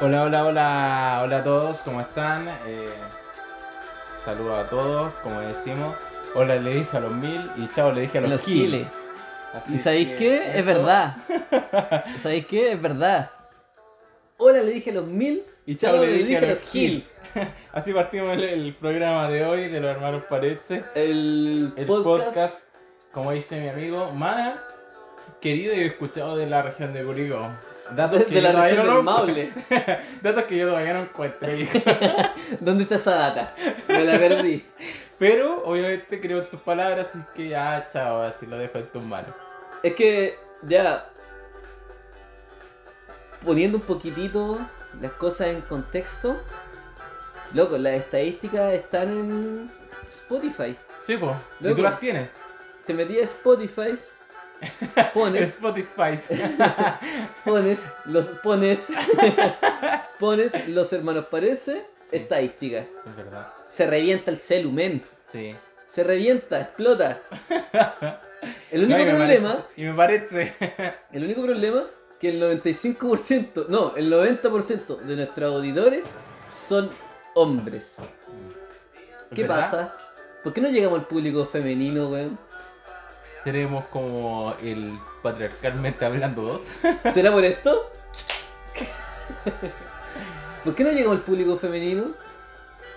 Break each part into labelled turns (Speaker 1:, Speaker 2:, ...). Speaker 1: Hola, hola, hola, hola a todos, ¿cómo están? Eh, saludo a todos, como decimos. Hola le dije a los mil y chao le dije a los,
Speaker 2: Los
Speaker 1: giles.
Speaker 2: giles.
Speaker 1: Así
Speaker 2: ¿Y sabéis
Speaker 1: que
Speaker 2: qué?
Speaker 1: eso.
Speaker 2: Es verdad. ¿Sabéis qué? Es verdad. Hola, le dije a los mil.
Speaker 1: Y chao le dije a los gil. Así partimos el, el programa de hoy de los hermanos Paredes.
Speaker 2: El,
Speaker 1: El podcast.
Speaker 2: podcast.
Speaker 1: como dice mi amigo, más querido y escuchado de la región de Curicó. Datos
Speaker 2: de,
Speaker 1: que
Speaker 2: de la
Speaker 1: yo todavía
Speaker 2: región
Speaker 1: no-
Speaker 2: del Maule.
Speaker 1: Datos que yo todavía no encuentro. hijo.
Speaker 2: ¿Dónde está esa data? Me la perdí.
Speaker 1: Pero obviamente creo en tus palabras, así que ya, chao, así lo dejo en tus manos.
Speaker 2: Es que ya poniendo un poquitito las cosas en contexto, loco, las estadísticas están en Spotify.
Speaker 1: Sí, po. ¿Y
Speaker 2: Loco.
Speaker 1: tú las tienes?
Speaker 2: Te metí a Spotify,
Speaker 1: En
Speaker 2: pones,
Speaker 1: Spotify.
Speaker 2: pones, los pones, pones los hermanos parece estadísticas.
Speaker 1: es verdad.
Speaker 2: Se revienta el celu, men.
Speaker 1: Sí.
Speaker 2: Se revienta, explota. El único
Speaker 1: No, y me
Speaker 2: problema
Speaker 1: parece- y me parece.
Speaker 2: El único problema que el 95%, no, el 90% de nuestros auditores son hombres. ¿Qué
Speaker 1: ¿Verdad?
Speaker 2: pasa? ¿Por qué no llegamos al público femenino, weón?
Speaker 1: Seremos como el patriarcalmente hablando dos.
Speaker 2: ¿Será por esto? ¿Por qué no llegamos al público femenino?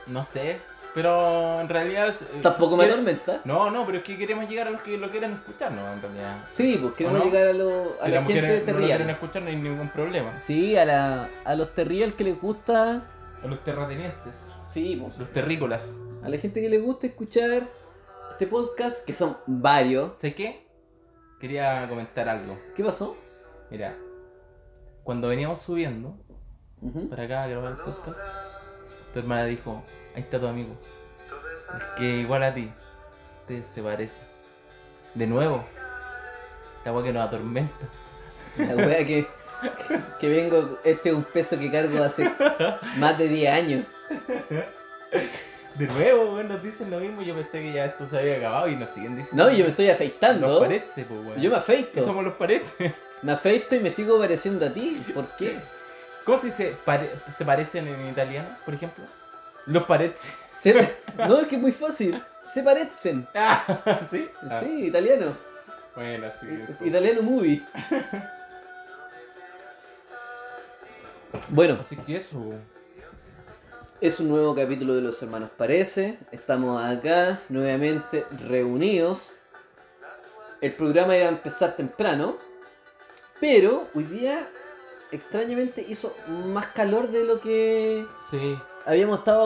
Speaker 1: No sé. Pero en realidad. es-
Speaker 2: Tampoco me
Speaker 1: ¿Qué-
Speaker 2: atormenta.
Speaker 1: No, no, pero es que queremos llegar a los que lo quieran escuchar, ¿no? En realidad.
Speaker 2: Sí, pues queremos
Speaker 1: ¿O no?
Speaker 2: llegar a, lo- a
Speaker 1: Si
Speaker 2: la
Speaker 1: las
Speaker 2: gente
Speaker 1: mujeres
Speaker 2: de
Speaker 1: no lo quieren
Speaker 2: Terrial.
Speaker 1: escuchar, no hay ningún problema.
Speaker 2: Sí, a, la, a los Terrial que les gusta.
Speaker 1: A los terratenientes.
Speaker 2: Sí, pues.
Speaker 1: Los terrícolas.
Speaker 2: A la gente que les gusta escuchar este podcast, que son varios.
Speaker 1: ¿Sé qué? Quería comentar algo.
Speaker 2: ¿Qué pasó?
Speaker 1: Mira, cuando veníamos subiendo
Speaker 2: Ujú.
Speaker 1: para acá a grabar el podcast, tu hermana dijo, ahí está tu amigo, el que igual a ti, te se parece. De nuevo, la agua que nos atormenta.
Speaker 2: La wea que, que vengo, este es un peso que cargo hace más de 10 años.
Speaker 1: De nuevo, weón, nos dicen lo mismo, yo pensé que ya eso se había acabado y nos siguen diciendo.
Speaker 2: No, yo me estoy
Speaker 1: Los
Speaker 2: afeitando.
Speaker 1: parece, pues, weón.
Speaker 2: Yo me
Speaker 1: ¿Qué
Speaker 2: afeito.
Speaker 1: Somos los paredes.
Speaker 2: Me afeito y me sigo pareciendo a ti. ¿Por qué?
Speaker 1: ¿Cómo se dice? pare- ¿Se parecen en italiano, por ejemplo? Los paredes.
Speaker 2: Se- No, es que es muy fácil. Se parecen.
Speaker 1: Ah, ¿sí? Ah,
Speaker 2: Sí, italiano.
Speaker 1: Bueno, sí. entonces.
Speaker 2: Italiano movie. Bueno,
Speaker 1: Así que eso, weón.
Speaker 2: es un nuevo capítulo de Los Hermanos Parece. Estamos acá nuevamente reunidos. El programa iba a empezar temprano, pero hoy día extrañamente hizo más calor de lo que
Speaker 1: Sí.
Speaker 2: habíamos estado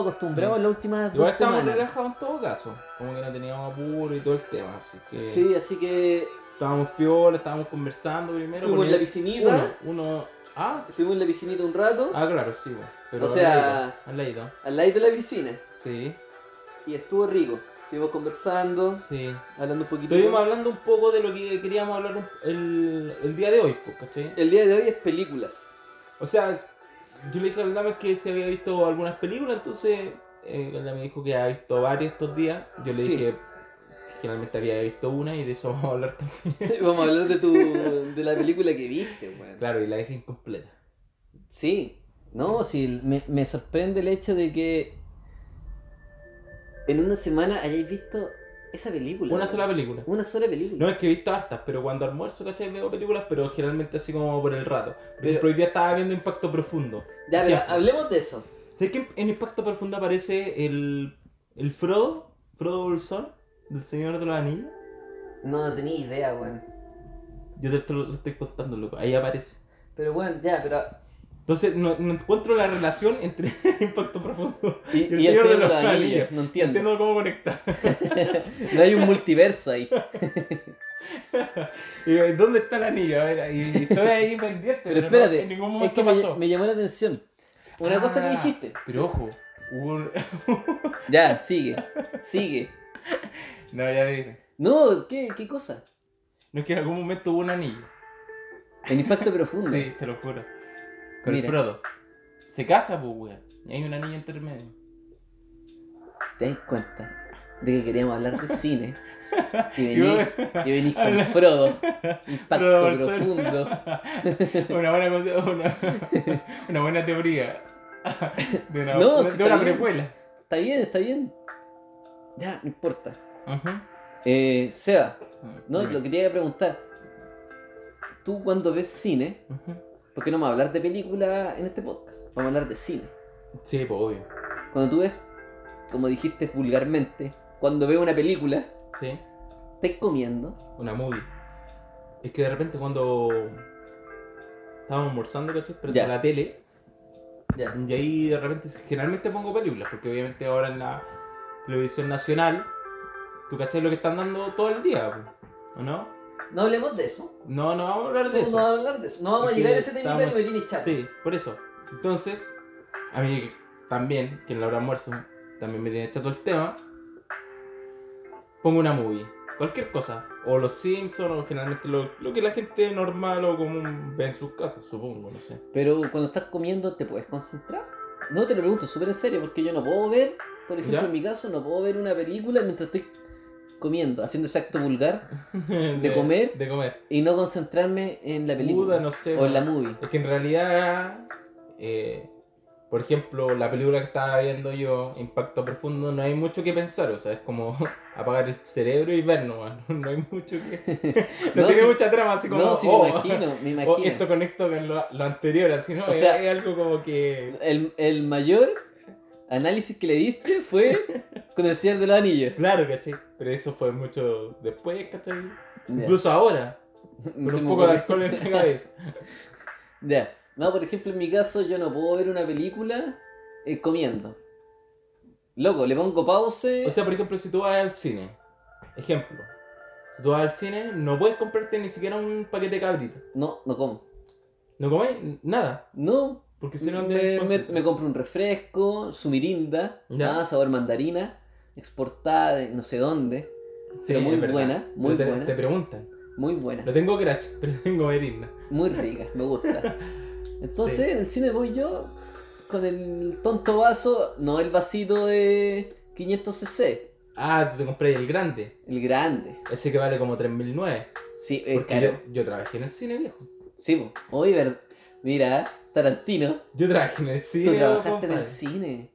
Speaker 1: Sí.
Speaker 2: acostumbrados en las últimas
Speaker 1: Igual
Speaker 2: dos
Speaker 1: estábamos
Speaker 2: semanas.
Speaker 1: relajados en todo caso. Como que no teníamos apuro y todo el tema. Así que
Speaker 2: Sí, así que
Speaker 1: estábamos piola, estábamos conversando primero.
Speaker 2: estuvimos en la
Speaker 1: porque
Speaker 2: piscinita,
Speaker 1: Uno, uno. Ah, sí.
Speaker 2: estuvimos en la piscinita un rato,
Speaker 1: Ah, claro, sí, bueno. Pero
Speaker 2: O sea-
Speaker 1: al ladito, Al leído.
Speaker 2: al lado de la piscina,
Speaker 1: Sí,
Speaker 2: y estuvo rico. Estuvimos conversando,
Speaker 1: sí.
Speaker 2: hablando un poquito.
Speaker 1: Estuvimos hablando un poco de lo que queríamos hablar un- el, el día de hoy, pues, ¿cachai?
Speaker 2: El día de hoy es películas.
Speaker 1: O sea, yo le dije a Aldama que se había visto algunas películas, entonces eh, Aldama me dijo que había visto varias estos días. Yo le
Speaker 2: Sí.
Speaker 1: dije que generalmente había visto una y de eso vamos a hablar también.
Speaker 2: Vamos a hablar de tu de la película que viste, weón.
Speaker 1: Claro, y la dejé incompleta.
Speaker 2: Sí. No, sí, me, me sorprende el hecho de que en una semana hayáis visto esa película.
Speaker 1: Una
Speaker 2: weón.
Speaker 1: sola película.
Speaker 2: Una sola película.
Speaker 1: No es que he visto hartas, pero cuando almuerzo, ¿cachai? Veo películas, pero generalmente así como por el rato. Por
Speaker 2: Pero-
Speaker 1: ejemplo, hoy día estaba viendo Impacto Profundo.
Speaker 2: ya, pero
Speaker 1: Ya.
Speaker 2: hablemos de eso.
Speaker 1: ¿Sabes que en- en Impacto Profundo aparece el, el Frodo? Frodo Bolsón, del Señor de los Anillos.
Speaker 2: No, no tenía idea, weón.
Speaker 1: Yo te, te lo lo estoy contando, loco. Ahí aparece.
Speaker 2: Pero weón, ya, pero.
Speaker 1: Entonces, no, no encuentro la relación entre Impacto Profundo.
Speaker 2: Y,
Speaker 1: El
Speaker 2: y
Speaker 1: Señor de
Speaker 2: el Señor de
Speaker 1: los
Speaker 2: los Anillos,
Speaker 1: Anillos.
Speaker 2: no
Speaker 1: No
Speaker 2: entiendo.
Speaker 1: entiendo cómo conectar.
Speaker 2: no hay un multiverso ahí.
Speaker 1: Y, eh, ¿Dónde está el anillo? A ver, y estoy ahí pendiente.
Speaker 2: Pero
Speaker 1: no,
Speaker 2: espérate,
Speaker 1: en ningún
Speaker 2: Es
Speaker 1: momento
Speaker 2: que me,
Speaker 1: pasó.
Speaker 2: me llamó la atención. Una cosa que
Speaker 1: Ah.
Speaker 2: dijiste.
Speaker 1: Pero ojo, hubo un-
Speaker 2: Ya, sigue. Sigue.
Speaker 1: No, ya dije.
Speaker 2: No, ¿qué, qué cosa?
Speaker 1: No es que en algún momento hubo un anillo.
Speaker 2: El impacto profundo.
Speaker 1: Sí, te lo juro. Con el
Speaker 2: Mira.
Speaker 1: Frodo. Se casa, pues, weón. Y hay un anillo intermedio.
Speaker 2: ¿Te das cuenta de que queríamos hablar de cine? Y venís, y venís con Frodo. Impacto
Speaker 1: Frodo Bolsón.
Speaker 2: profundo.
Speaker 1: una, buena, cosa- una, una buena teoría. De una,
Speaker 2: No,
Speaker 1: de
Speaker 2: sí,
Speaker 1: una
Speaker 2: está bien.
Speaker 1: precuela.
Speaker 2: Está bien, está bien. Ya, no importa.
Speaker 1: Ujú.
Speaker 2: Eh, Seba, no,
Speaker 1: Dime.
Speaker 2: lo que te iba a preguntar. Tú cuando ves cine,
Speaker 1: Ujú.
Speaker 2: porque no vamos a hablar de película en este podcast, vamos a hablar de cine.
Speaker 1: Sí, pues obvio.
Speaker 2: Cuando tú ves, como dijiste vulgarmente, cuando ves una película,
Speaker 1: Sí,
Speaker 2: estás comiendo.
Speaker 1: una movie. Es que de repente cuando estábamos almorzando, ¿cachai? Pero
Speaker 2: Ya.
Speaker 1: la tele.
Speaker 2: Ya.
Speaker 1: Y ahí de repente, generalmente pongo películas, porque obviamente ahora en la televisión nacional, tú cachai lo que están dando todo el día, po, ¿o no?
Speaker 2: No hablemos de eso.
Speaker 1: No, no vamos a hablar de
Speaker 2: No,
Speaker 1: eso.
Speaker 2: no vamos a hablar de eso. No vamos
Speaker 1: Porque
Speaker 2: a llegar a ese temita
Speaker 1: estamos-
Speaker 2: que me tiene chato.
Speaker 1: Sí, por eso. Entonces, a mí también, que en la hora de almuerzo también me tiene chato el tema, pongo una movie. Cualquier cosa. O los Simpsons, o generalmente lo, lo que la gente normal o común ve en sus casas, supongo, no sé.
Speaker 2: Pero cuando estás comiendo, ¿te puedes concentrar? No te lo pregunto súper en serio, porque yo no puedo ver, por ejemplo,
Speaker 1: ¿Ya?
Speaker 2: en mi caso, no puedo ver una película mientras estoy comiendo, haciendo ese acto vulgar
Speaker 1: ¿De,
Speaker 2: comer?
Speaker 1: De comer.
Speaker 2: y no concentrarme en la película
Speaker 1: Puta, no sé.
Speaker 2: o en la
Speaker 1: man.
Speaker 2: movie.
Speaker 1: Es que en realidad, eh, por ejemplo, la película que estaba viendo yo, Impacto Profundo, no hay mucho que pensar, o sea, es como apagar el cerebro y ver nomás, no, no hay mucho que... No,
Speaker 2: No,
Speaker 1: tiene
Speaker 2: sí-
Speaker 1: mucha trama, así como...
Speaker 2: No, sí,
Speaker 1: oh,
Speaker 2: me imagino, me
Speaker 1: oh,
Speaker 2: imagino.
Speaker 1: esto conecto con lo, lo anterior, así, ¿no?
Speaker 2: O
Speaker 1: es,
Speaker 2: sea-
Speaker 1: es algo como que...
Speaker 2: El, el mayor análisis que le diste fue con el Señor de los Anillos.
Speaker 1: Claro, ¿cachai? Pero eso fue mucho después, ¿cachai?
Speaker 2: Ya,
Speaker 1: Incluso ahora,
Speaker 2: se
Speaker 1: con un
Speaker 2: me
Speaker 1: poco de
Speaker 2: ocurre.
Speaker 1: alcohol en la cabeza.
Speaker 2: Ya. No, por ejemplo, en mi caso yo no puedo ver una película eh, comiendo. Loco, le pongo pause.
Speaker 1: O sea, por ejemplo, si tú vas al cine, ejemplo, si tú vas al cine, no puedes comprarte ni siquiera un paquete de cabrita.
Speaker 2: No, no como.
Speaker 1: No comes nada,
Speaker 2: No,
Speaker 1: porque si no
Speaker 2: me,
Speaker 1: te.
Speaker 2: me, me compro un refresco, su mirinda,
Speaker 1: Ya.
Speaker 2: ah, sabor mandarina, exportada de no sé dónde, pero muy buena, muy
Speaker 1: te,
Speaker 2: buena.
Speaker 1: Te preguntan.
Speaker 2: muy buena,
Speaker 1: No tengo crash, pero tengo merina.
Speaker 2: muy rica, me gusta. Entonces,
Speaker 1: Sí.
Speaker 2: en el cine voy yo con el tonto vaso, no el vasito de 500cc,
Speaker 1: Ah, tú te compré el grande.
Speaker 2: el grande.
Speaker 1: Ese que vale como 3.009.
Speaker 2: Sí, es
Speaker 1: Porque
Speaker 2: caro.
Speaker 1: yo, yo trabajé en el cine, viejo.
Speaker 2: Sí, po. Oye, ver- mira, Tarantino,
Speaker 1: Yo trabajé en el cine.
Speaker 2: tú trabajaste en
Speaker 1: compadre.
Speaker 2: el cine.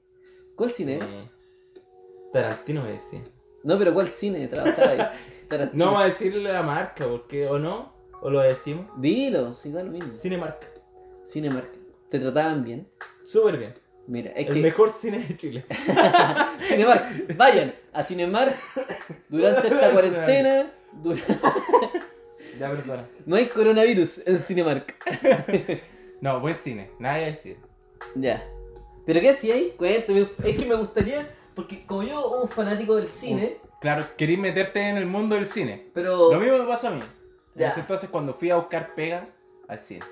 Speaker 2: ¿Cuál cine?
Speaker 1: Eh, Tarantino me decía.
Speaker 2: No, pero ¿cuál cine trabajaba ahí? Tarantino.
Speaker 1: No vamos a decirle la marca, porque o no, o lo decimos.
Speaker 2: Dilo, sí, da lo mismo.
Speaker 1: Cinemark.
Speaker 2: Cinemark. ¿Te trataban bien?
Speaker 1: Súper bien.
Speaker 2: Mira, es
Speaker 1: el
Speaker 2: que.
Speaker 1: mejor cine de Chile.
Speaker 2: Cinemark, vayan a Cinemark durante esta cuarentena. dura-
Speaker 1: Ya, perdona.
Speaker 2: No hay coronavirus en Cinemark.
Speaker 1: No, buen cine, nada que decir.
Speaker 2: Ya. ¿Pero qué hacía ahí? Cuéntame. Es que me gustaría, porque como yo, un fanático del cine,
Speaker 1: Claro, querís meterte en el mundo del cine.
Speaker 2: pero.
Speaker 1: Lo mismo me pasó a mí.
Speaker 2: Oh. Ya.
Speaker 1: Entonces, entonces cuando fui a buscar pega al cine.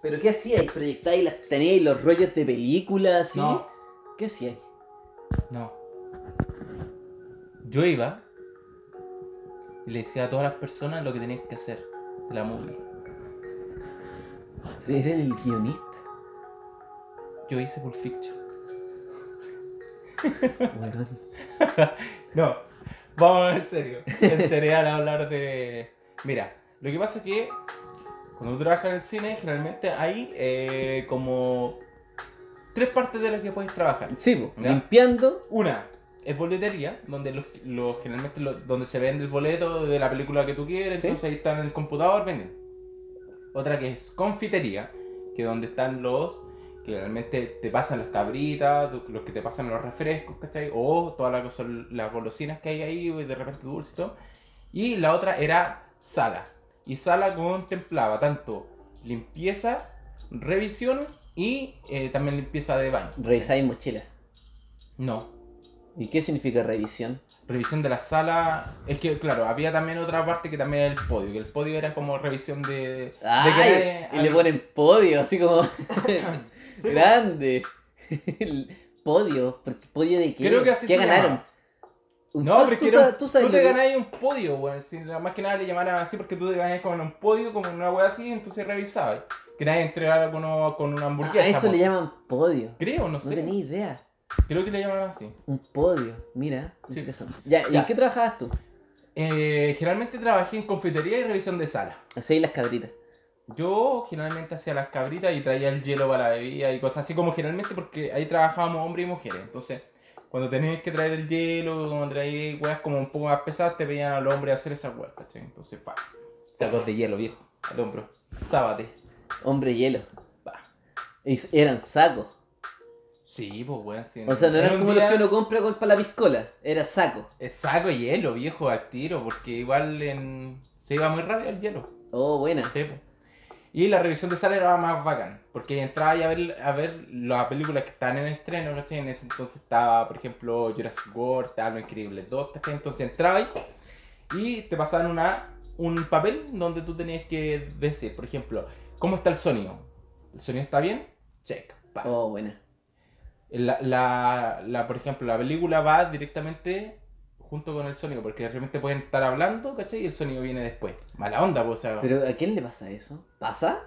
Speaker 2: ¿Pero qué hacía ahí? ¿Proyectáis las tenéis los rollos de películas así?
Speaker 1: No,
Speaker 2: ¿Qué hacía ahí?
Speaker 1: no. Yo iba y le decía a todas las personas lo que tenían que hacer de la movie.
Speaker 2: Era el guionista.
Speaker 1: Yo hice Pulp Fiction.
Speaker 2: Weón.
Speaker 1: No, vamos en serio. En serio al hablar de. Mira, lo que pasa es que cuando tú trabajas en el cine, generalmente hay eh, como tres partes de las que puedes trabajar.
Speaker 2: Sí, po,
Speaker 1: Ya.
Speaker 2: limpiando.
Speaker 1: Una es boletería, donde los, los- generalmente los- donde se vende el boleto de la película que tú quieres,
Speaker 2: Sí.
Speaker 1: entonces ahí está en el computador vendiendo. Otra que es confitería, que es donde están los que realmente te pasan las cabritas, tu- los que te pasan los refrescos, ¿cachai? O todas las cosas- las golosinas que hay ahí, y de repente dulce y todo. Y la otra era sala. Y sala contemplaba tanto limpieza, revisión y eh, también limpieza de baño.
Speaker 2: Revisáis mochila.
Speaker 1: No,
Speaker 2: ¿Y qué significa revisión?
Speaker 1: Revisión de la sala. Es que, claro, había también otra parte que también era el podio. Que el podio era como revisión de.
Speaker 2: ¡Ay!
Speaker 1: que nadie-
Speaker 2: y le ponen podio, así como.
Speaker 1: Sí,
Speaker 2: grande. El podio. ¿por qué- ¿Podio de qué?
Speaker 1: Creo que así
Speaker 2: ¿Qué
Speaker 1: se
Speaker 2: ganaron?
Speaker 1: llama.
Speaker 2: Un-
Speaker 1: No, pero es
Speaker 2: tú,
Speaker 1: que
Speaker 2: sabes,
Speaker 1: era-
Speaker 2: tú
Speaker 1: tú,
Speaker 2: sabes lo
Speaker 1: te
Speaker 2: que-
Speaker 1: ganáis un podio, weón. Si la- más que nada le llamaran así porque tú te ganabas con un podio, como una weá así, entonces revisabas. Que nadie entregara con, uno- con una hamburguesa.
Speaker 2: a Ah, eso
Speaker 1: po.
Speaker 2: le llaman podio.
Speaker 1: Creo, no
Speaker 2: No
Speaker 1: sé.
Speaker 2: tenía idea.
Speaker 1: Creo que le llamaban así.
Speaker 2: Un podio. Mira,
Speaker 1: Sí.
Speaker 2: interesante. Ya, ¿y
Speaker 1: Ya.
Speaker 2: en qué trabajabas tú?
Speaker 1: Eh, generalmente trabajé en confitería y revisión de sala.
Speaker 2: Así las cabritas.
Speaker 1: Yo generalmente hacía las cabritas y traía el hielo para la bebida y cosas así como generalmente porque ahí trabajábamos hombres y mujeres. Entonces, cuando tenías que traer el hielo, cuando traías weas como un poco más pesadas, te pedían al hombre a hacer esas weas, ¿cachai? Entonces, pa, sacos de hielo, viejo, al hombro, sábate.
Speaker 2: Hombre hielo.
Speaker 1: Pa.
Speaker 2: Y eran sacos.
Speaker 1: Sí, pues weón, sí.
Speaker 2: O sea, no eran
Speaker 1: un
Speaker 2: como
Speaker 1: día-
Speaker 2: los que uno compra con para la piscola. Era saco.
Speaker 1: Eh, Saco de hielo, viejo, al tiro, porque igual en... se iba muy rápido el hielo.
Speaker 2: Oh, buena.
Speaker 1: Sí, po. Y la revisión de sala era más bacán, porque entraba ahí a ver, a ver las películas que estaban en estreno, ¿cachai? En ese entonces estaba, por ejemplo, Jurassic World, estaba Lo Increíble 2, ¿cachai? Entonces entraba ahí y te pasaban una, un papel donde tú tenías que decir, por ejemplo, ¿cómo está el sonido? ¿El sonido está bien? Check. pa.
Speaker 2: Oh, buena.
Speaker 1: La, la, la- por ejemplo, la película va directamente junto con el sonido, porque de repente pueden estar hablando, ¿cachai? Y el sonido viene después. Mala onda, pues, o sea,
Speaker 2: Pero ¿a quién le pasa eso? ¿Pasa?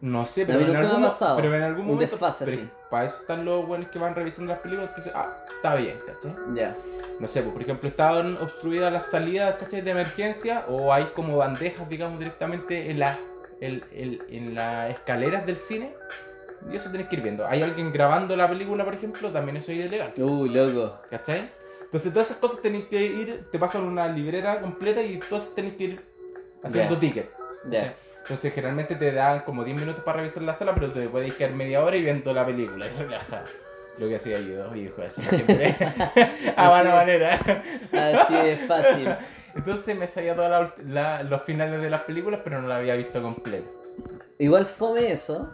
Speaker 1: No sé,
Speaker 2: A
Speaker 1: pero
Speaker 2: mí
Speaker 1: en,
Speaker 2: nunca me
Speaker 1: algún,
Speaker 2: ha
Speaker 1: mo-
Speaker 2: pasado.
Speaker 1: pero en algún
Speaker 2: Un
Speaker 1: momento.
Speaker 2: desfase,
Speaker 1: pero
Speaker 2: sí.
Speaker 1: Para eso están los buenos que van revisando las películas que dicen, ah, está bien, ¿cachai?
Speaker 2: Ya.
Speaker 1: No sé, pues, por ejemplo, estaban obstruidas las salidas, ¿cachai? De emergencia, o hay como bandejas, digamos, directamente en las el- el- en las escaleras del cine. Y eso tenés que ir viendo. Hay alguien grabando la película, por ejemplo, también eso es ilegal,
Speaker 2: Uy, loco.
Speaker 1: ¿cachai? Entonces, todas esas cosas tenés que ir, te pasan una librera completa y todas tenés que ir haciendo
Speaker 2: Ya.
Speaker 1: tickets.
Speaker 2: Ya.
Speaker 1: Entonces Pues generalmente te dan como 10 minutos para revisar la sala, pero te puedes quedar media hora y viendo la película y relajar. Lo que hacía yo, viejo, así siempre. a buena manera.
Speaker 2: Así es fácil.
Speaker 1: Entonces me sabía todos la ult- la- los finales de las películas, pero no la había visto completa.
Speaker 2: Igual fome eso.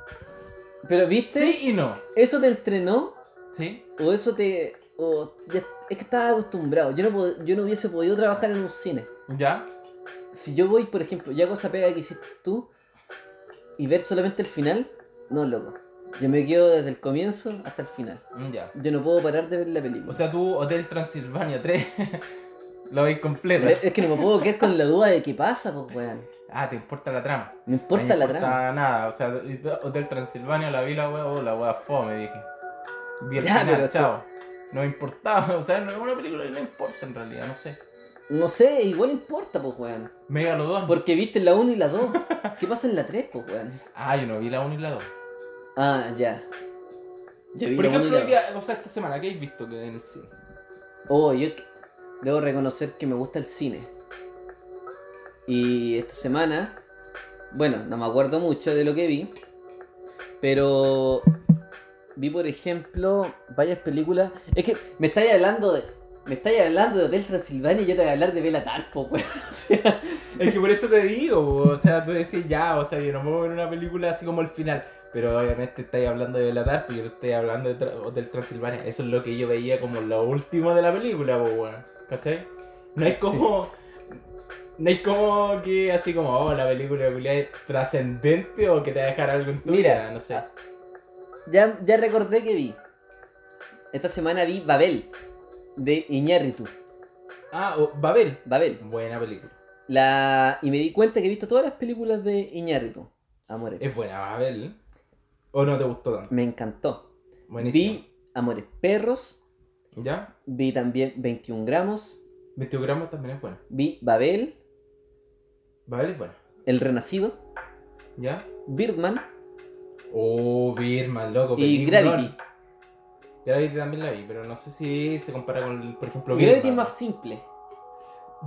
Speaker 2: Pero viste,
Speaker 1: Sí y no.
Speaker 2: eso te entrenó
Speaker 1: Sí.
Speaker 2: o eso te... o ya- es que estaba acostumbrado. Yo no, pod- yo no hubiese podido trabajar en un cine.
Speaker 1: Ya.
Speaker 2: Si yo voy, por ejemplo, ya cosa pega que hiciste tú y ver solamente el final, no, loco. Yo me quedo desde el comienzo hasta el final.
Speaker 1: Mm, Ya.
Speaker 2: Yo no puedo parar de ver la película.
Speaker 1: O sea, tú Hotel Transilvania 3 lo veis completo.
Speaker 2: es que no me puedo quedar con la duda de qué pasa, pues, weón.
Speaker 1: Ah, te importa la trama.
Speaker 2: No importa
Speaker 1: No me
Speaker 2: la trama.
Speaker 1: importa nada. O sea, Hotel Transilvania la vi la wea, oh, la wea fome, dije. Vi el
Speaker 2: Ya,
Speaker 1: final,
Speaker 2: pero tú-
Speaker 1: chao. No me importaba, o sea, no es una película que no importa en realidad, no sé.
Speaker 2: No sé, igual importa, pues, weón.
Speaker 1: Megalodón.
Speaker 2: Porque viste la 1 y la 2. ¿Qué pasa en la 3, pues, weón?
Speaker 1: Ah, yo no vi la 1 y la 2.
Speaker 2: Ah, ya. Yo vi
Speaker 1: Por
Speaker 2: la uno y
Speaker 1: ejemplo,
Speaker 2: la
Speaker 1: hoy
Speaker 2: dos.
Speaker 1: día, o sea, esta semana, ¿qué has visto que en el cine?
Speaker 2: Oh, yo que- debo reconocer que me gusta el cine. Y esta semana, bueno, no me acuerdo mucho de lo que vi, pero vi, por ejemplo, varias películas. Es que me estáis hablando de. Me estáis hablando de Hotel Transilvania y yo te voy a hablar de Bela Tarpo, pues. O sea,
Speaker 1: Es que por eso te digo, o sea, tú decís ya, o sea, yo no puedo ver una película así como el final. Pero obviamente estáis hablando de Belatar, pero yo te estoy hablando de Tra- Hotel Transilvania. Eso es lo que yo veía como lo último de la película, pues, weón. ¿Cachai? No hay
Speaker 2: Sí.
Speaker 1: como. No hay como que así como, oh, la película de Julia es trascendente o que te va a dejar algo en tu
Speaker 2: Mira,
Speaker 1: vida, no sé.
Speaker 2: ah. ya, ya recordé que vi. Esta semana vi Babel, de Iñárritu.
Speaker 1: Ah, o Babel.
Speaker 2: oh, Babel.
Speaker 1: Buena película.
Speaker 2: La... Y me di cuenta que he visto todas las películas de Iñárritu. Amores.
Speaker 1: Es buena Babel. ¿O no te gustó tanto?
Speaker 2: Me encantó.
Speaker 1: Buenísimo.
Speaker 2: Vi Amores Perros,
Speaker 1: ¿Ya?
Speaker 2: vi también 21 gramos,
Speaker 1: 21 gramos también es buena.
Speaker 2: vi Babel,
Speaker 1: Babel es buena.
Speaker 2: El Renacido,
Speaker 1: ¿Ya?
Speaker 2: Birdman
Speaker 1: Oh, Birman, loco.
Speaker 2: y
Speaker 1: peliculón.
Speaker 2: Gravity.
Speaker 1: Gravity también la vi, pero no sé si se compara con, por ejemplo,
Speaker 2: Gravity es
Speaker 1: Birdman.
Speaker 2: más simple.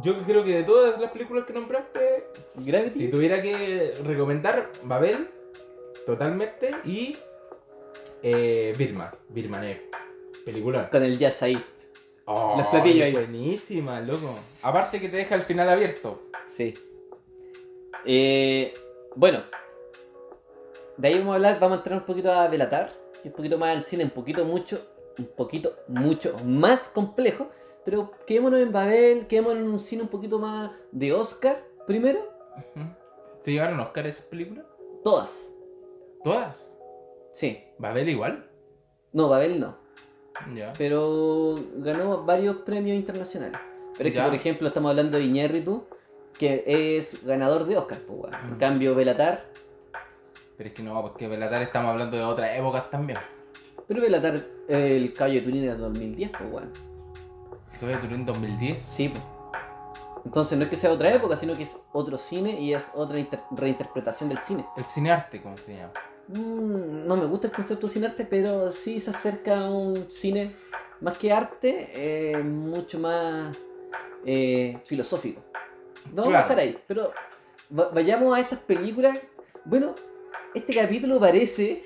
Speaker 1: Yo creo que de todas las películas que nombraste,
Speaker 2: Gravity.
Speaker 1: si tuviera que recomendar, Babel, totalmente, y eh, Birman. Birman es película.
Speaker 2: Con el jazz ahí.
Speaker 1: Oh,
Speaker 2: Los platillos ahí.
Speaker 1: Buenísima, loco. Aparte que te deja el final abierto.
Speaker 2: Sí. Eh, bueno. De ahí vamos a hablar, vamos a entrar un poquito a Velatar, que es un poquito más al cine, un poquito mucho, un poquito mucho más complejo, pero quedémonos en Babel, quedémonos en un cine un poquito más de Oscar primero,
Speaker 1: Ujú. ¿Se llevaron Oscar esas películas?
Speaker 2: todas.
Speaker 1: Todas.
Speaker 2: Sí.
Speaker 1: Babel igual.
Speaker 2: No, Babel no,
Speaker 1: Ya.
Speaker 2: pero ganó varios premios internacionales. Pero es que,
Speaker 1: Ya.
Speaker 2: por ejemplo, estamos hablando de Iñárritu, que es ganador de Oscar, pues, weón. En
Speaker 1: Mm.
Speaker 2: cambio, Velatar
Speaker 1: Pero es que no, porque Belatar estamos hablando de otras épocas también.
Speaker 2: Pero que la tar- el caballo de Turín era 2010, pues, weón.
Speaker 1: Tuve Turín 2010.
Speaker 2: Sí, pues. Entonces no es que sea otra época, sino que es otro cine y es otra inter- reinterpretación del cine.
Speaker 1: El cinearte, como se llama.
Speaker 2: Mm, no me gusta el concepto sin arte, pero sí se acerca a un cine más que arte, eh, mucho más eh, filosófico. No vamos a
Speaker 1: Claro.
Speaker 2: dejar ahí, pero va- vayamos a estas películas. Bueno, este capítulo parece,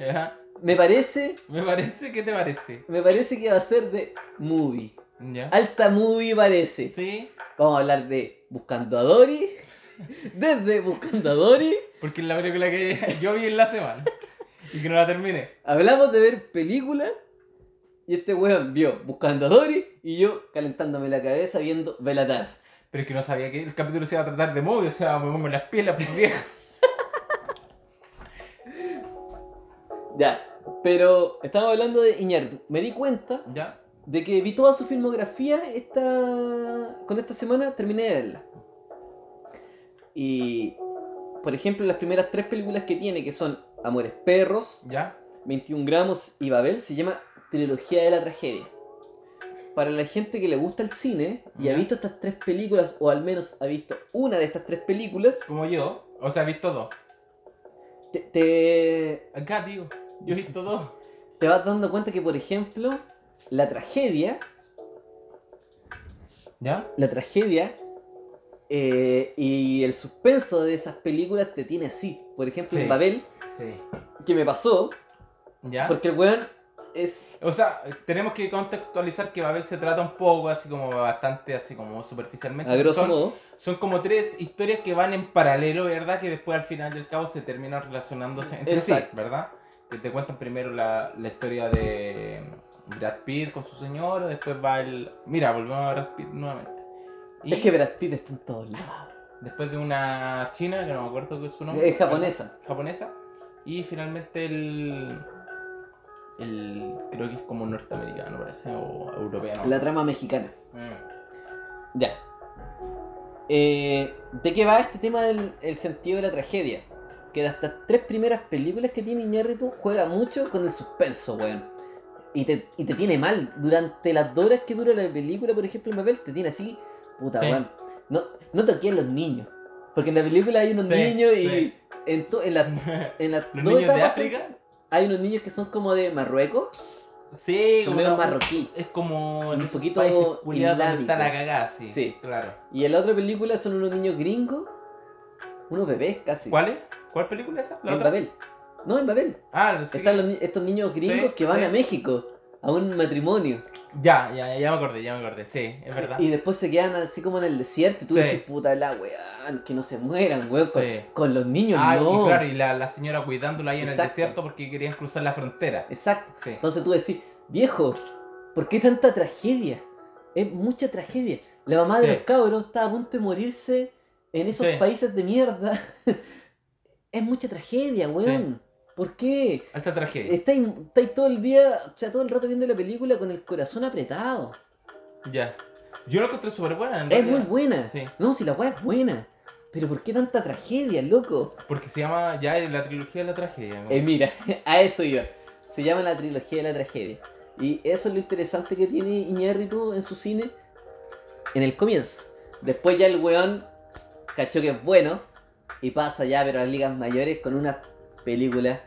Speaker 1: Ya,
Speaker 2: me parece,
Speaker 1: Me parece, ¿qué te parece?
Speaker 2: me parece que va a ser de movie.
Speaker 1: ¿Ya?
Speaker 2: Alta movie parece.
Speaker 1: Ah, Sí,
Speaker 2: Vamos a hablar de Buscando a Dory. Desde Buscando a Dory
Speaker 1: porque es la película que yo vi en la semana y que no la terminé.
Speaker 2: hablamos de ver películas y este weón vio Buscando a Dory y yo calentándome la cabeza viendo Velatar.
Speaker 1: Pero es que no sabía que el capítulo se iba a tratar de móvil, o sea, me pongo las pieles, pues vieja.
Speaker 2: Ya, pero estaba hablando de Iñárritu. Me di cuenta
Speaker 1: ¿Ya?
Speaker 2: de que vi toda su filmografía esta... con esta semana, terminé de verla. Y, por ejemplo, las primeras tres películas que tiene, que son Amores Perros,
Speaker 1: ¿Ya?
Speaker 2: 21 gramos y Babel se llama Trilogía de la Tragedia. Para la gente que le gusta el cine y ha
Speaker 1: Ya.
Speaker 2: visto estas tres películas, o al menos ha visto una de estas tres películas,
Speaker 1: Como yo, o sea, he visto dos.
Speaker 2: te, te-
Speaker 1: Acá, tío, yo he visto dos.
Speaker 2: te vas dando cuenta que, por ejemplo, la tragedia,
Speaker 1: ¿Ya?
Speaker 2: la tragedia eh, y el suspenso de esas películas te tiene así. Por ejemplo,
Speaker 1: Sí.
Speaker 2: en Babel,
Speaker 1: Sí.
Speaker 2: que me pasó,
Speaker 1: ¿Ya?
Speaker 2: porque el weón es
Speaker 1: O sea, tenemos que contextualizar que Babel se trata un poco así como bastante, así como superficialmente.
Speaker 2: a grosso
Speaker 1: Son-
Speaker 2: modo.
Speaker 1: Son como tres historias que van en paralelo, ¿verdad? Que después al final del cabo se terminan relacionándose entre
Speaker 2: Exacto.
Speaker 1: sí, ¿verdad? Que te cuentan primero la, la historia de mm, Brad Pitt con su señora, después va el... Mira, volvemos a Brad Pitt nuevamente. Y
Speaker 2: Es que Brad Pitt está en todos lados.
Speaker 1: después de una china, que no me acuerdo qué es su nombre.
Speaker 2: Es japonesa.
Speaker 1: Japonesa. Y finalmente el... El, creo que es como norteamericano, parece, o europeo.
Speaker 2: La trama mexicana.
Speaker 1: Mm.
Speaker 2: Ya. Eh, ¿De qué va este tema del el sentido de la tragedia? Que de estas tres primeras películas que tiene Iñárritu juega mucho con el suspenso, weón. Y te, y te tiene mal. Durante las dos horas que dura la película, por ejemplo, en papel, te tiene así, puta,
Speaker 1: Sí.
Speaker 2: weón. No, no toqué a los niños. Porque en la película hay unos
Speaker 1: Sí,
Speaker 2: niños y
Speaker 1: sí.
Speaker 2: en, to- en, la- en las
Speaker 1: ¿Los
Speaker 2: dos
Speaker 1: niños de
Speaker 2: etapas,
Speaker 1: África?
Speaker 2: hay unos niños que son como de Marruecos,
Speaker 1: Sí,
Speaker 2: son
Speaker 1: como
Speaker 2: medio
Speaker 1: una-
Speaker 2: marroquí.
Speaker 1: Es como
Speaker 2: Un
Speaker 1: en esos
Speaker 2: poquito
Speaker 1: países culiados donde está la
Speaker 2: islámico.
Speaker 1: cagada, sí.
Speaker 2: Sí.
Speaker 1: Claro.
Speaker 2: Y en la otra película son unos niños gringos, unos bebés casi.
Speaker 1: ¿Cuál es? ¿Cuál película es esa? ¿La
Speaker 2: en
Speaker 1: otra?
Speaker 2: Babel. No, en Babel.
Speaker 1: Ah, sí.
Speaker 2: Están los ni- estos niños gringos
Speaker 1: Sí,
Speaker 2: que van
Speaker 1: sí.
Speaker 2: a México a un matrimonio.
Speaker 1: Ya, ya, ya me acordé, ya me acordé. Sí, es verdad.
Speaker 2: Y después se quedan así como en el desierto y tú
Speaker 1: Sí.
Speaker 2: dices, puta la weón, que no se mueran, weón. Con,
Speaker 1: Sí.
Speaker 2: con los niños
Speaker 1: Ah,
Speaker 2: no.
Speaker 1: y claro, y la, la señora cuidándola ahí en
Speaker 2: Exacto.
Speaker 1: el desierto porque querían cruzar la frontera.
Speaker 2: Exacto.
Speaker 1: Sí.
Speaker 2: Entonces tú decís, viejo, ¿por qué tanta tragedia? Es mucha tragedia. La mamá de
Speaker 1: Sí.
Speaker 2: los cabros está a punto de morirse en esos
Speaker 1: Sí.
Speaker 2: países de mierda. es mucha tragedia, weón. ¿Por qué?
Speaker 1: Alta tragedia.
Speaker 2: Estáis, estáis todo el día, o sea, todo el rato viendo la película con el corazón apretado.
Speaker 1: Ya. Yo la encontré súper buena, en
Speaker 2: Es
Speaker 1: realidad.
Speaker 2: muy buena.
Speaker 1: Sí.
Speaker 2: No, si la weá es buena. Pero ¿por qué tanta tragedia, loco?
Speaker 1: Porque se llama ya la trilogía de la tragedia. ¿no?
Speaker 2: Eh, mira, a eso iba. Se llama la trilogía de la tragedia. Y eso es lo interesante que tiene Iñárritu en su cine en el comienzo. Después ya el weón cachó que es bueno y pasa ya, pero a las ligas mayores con una película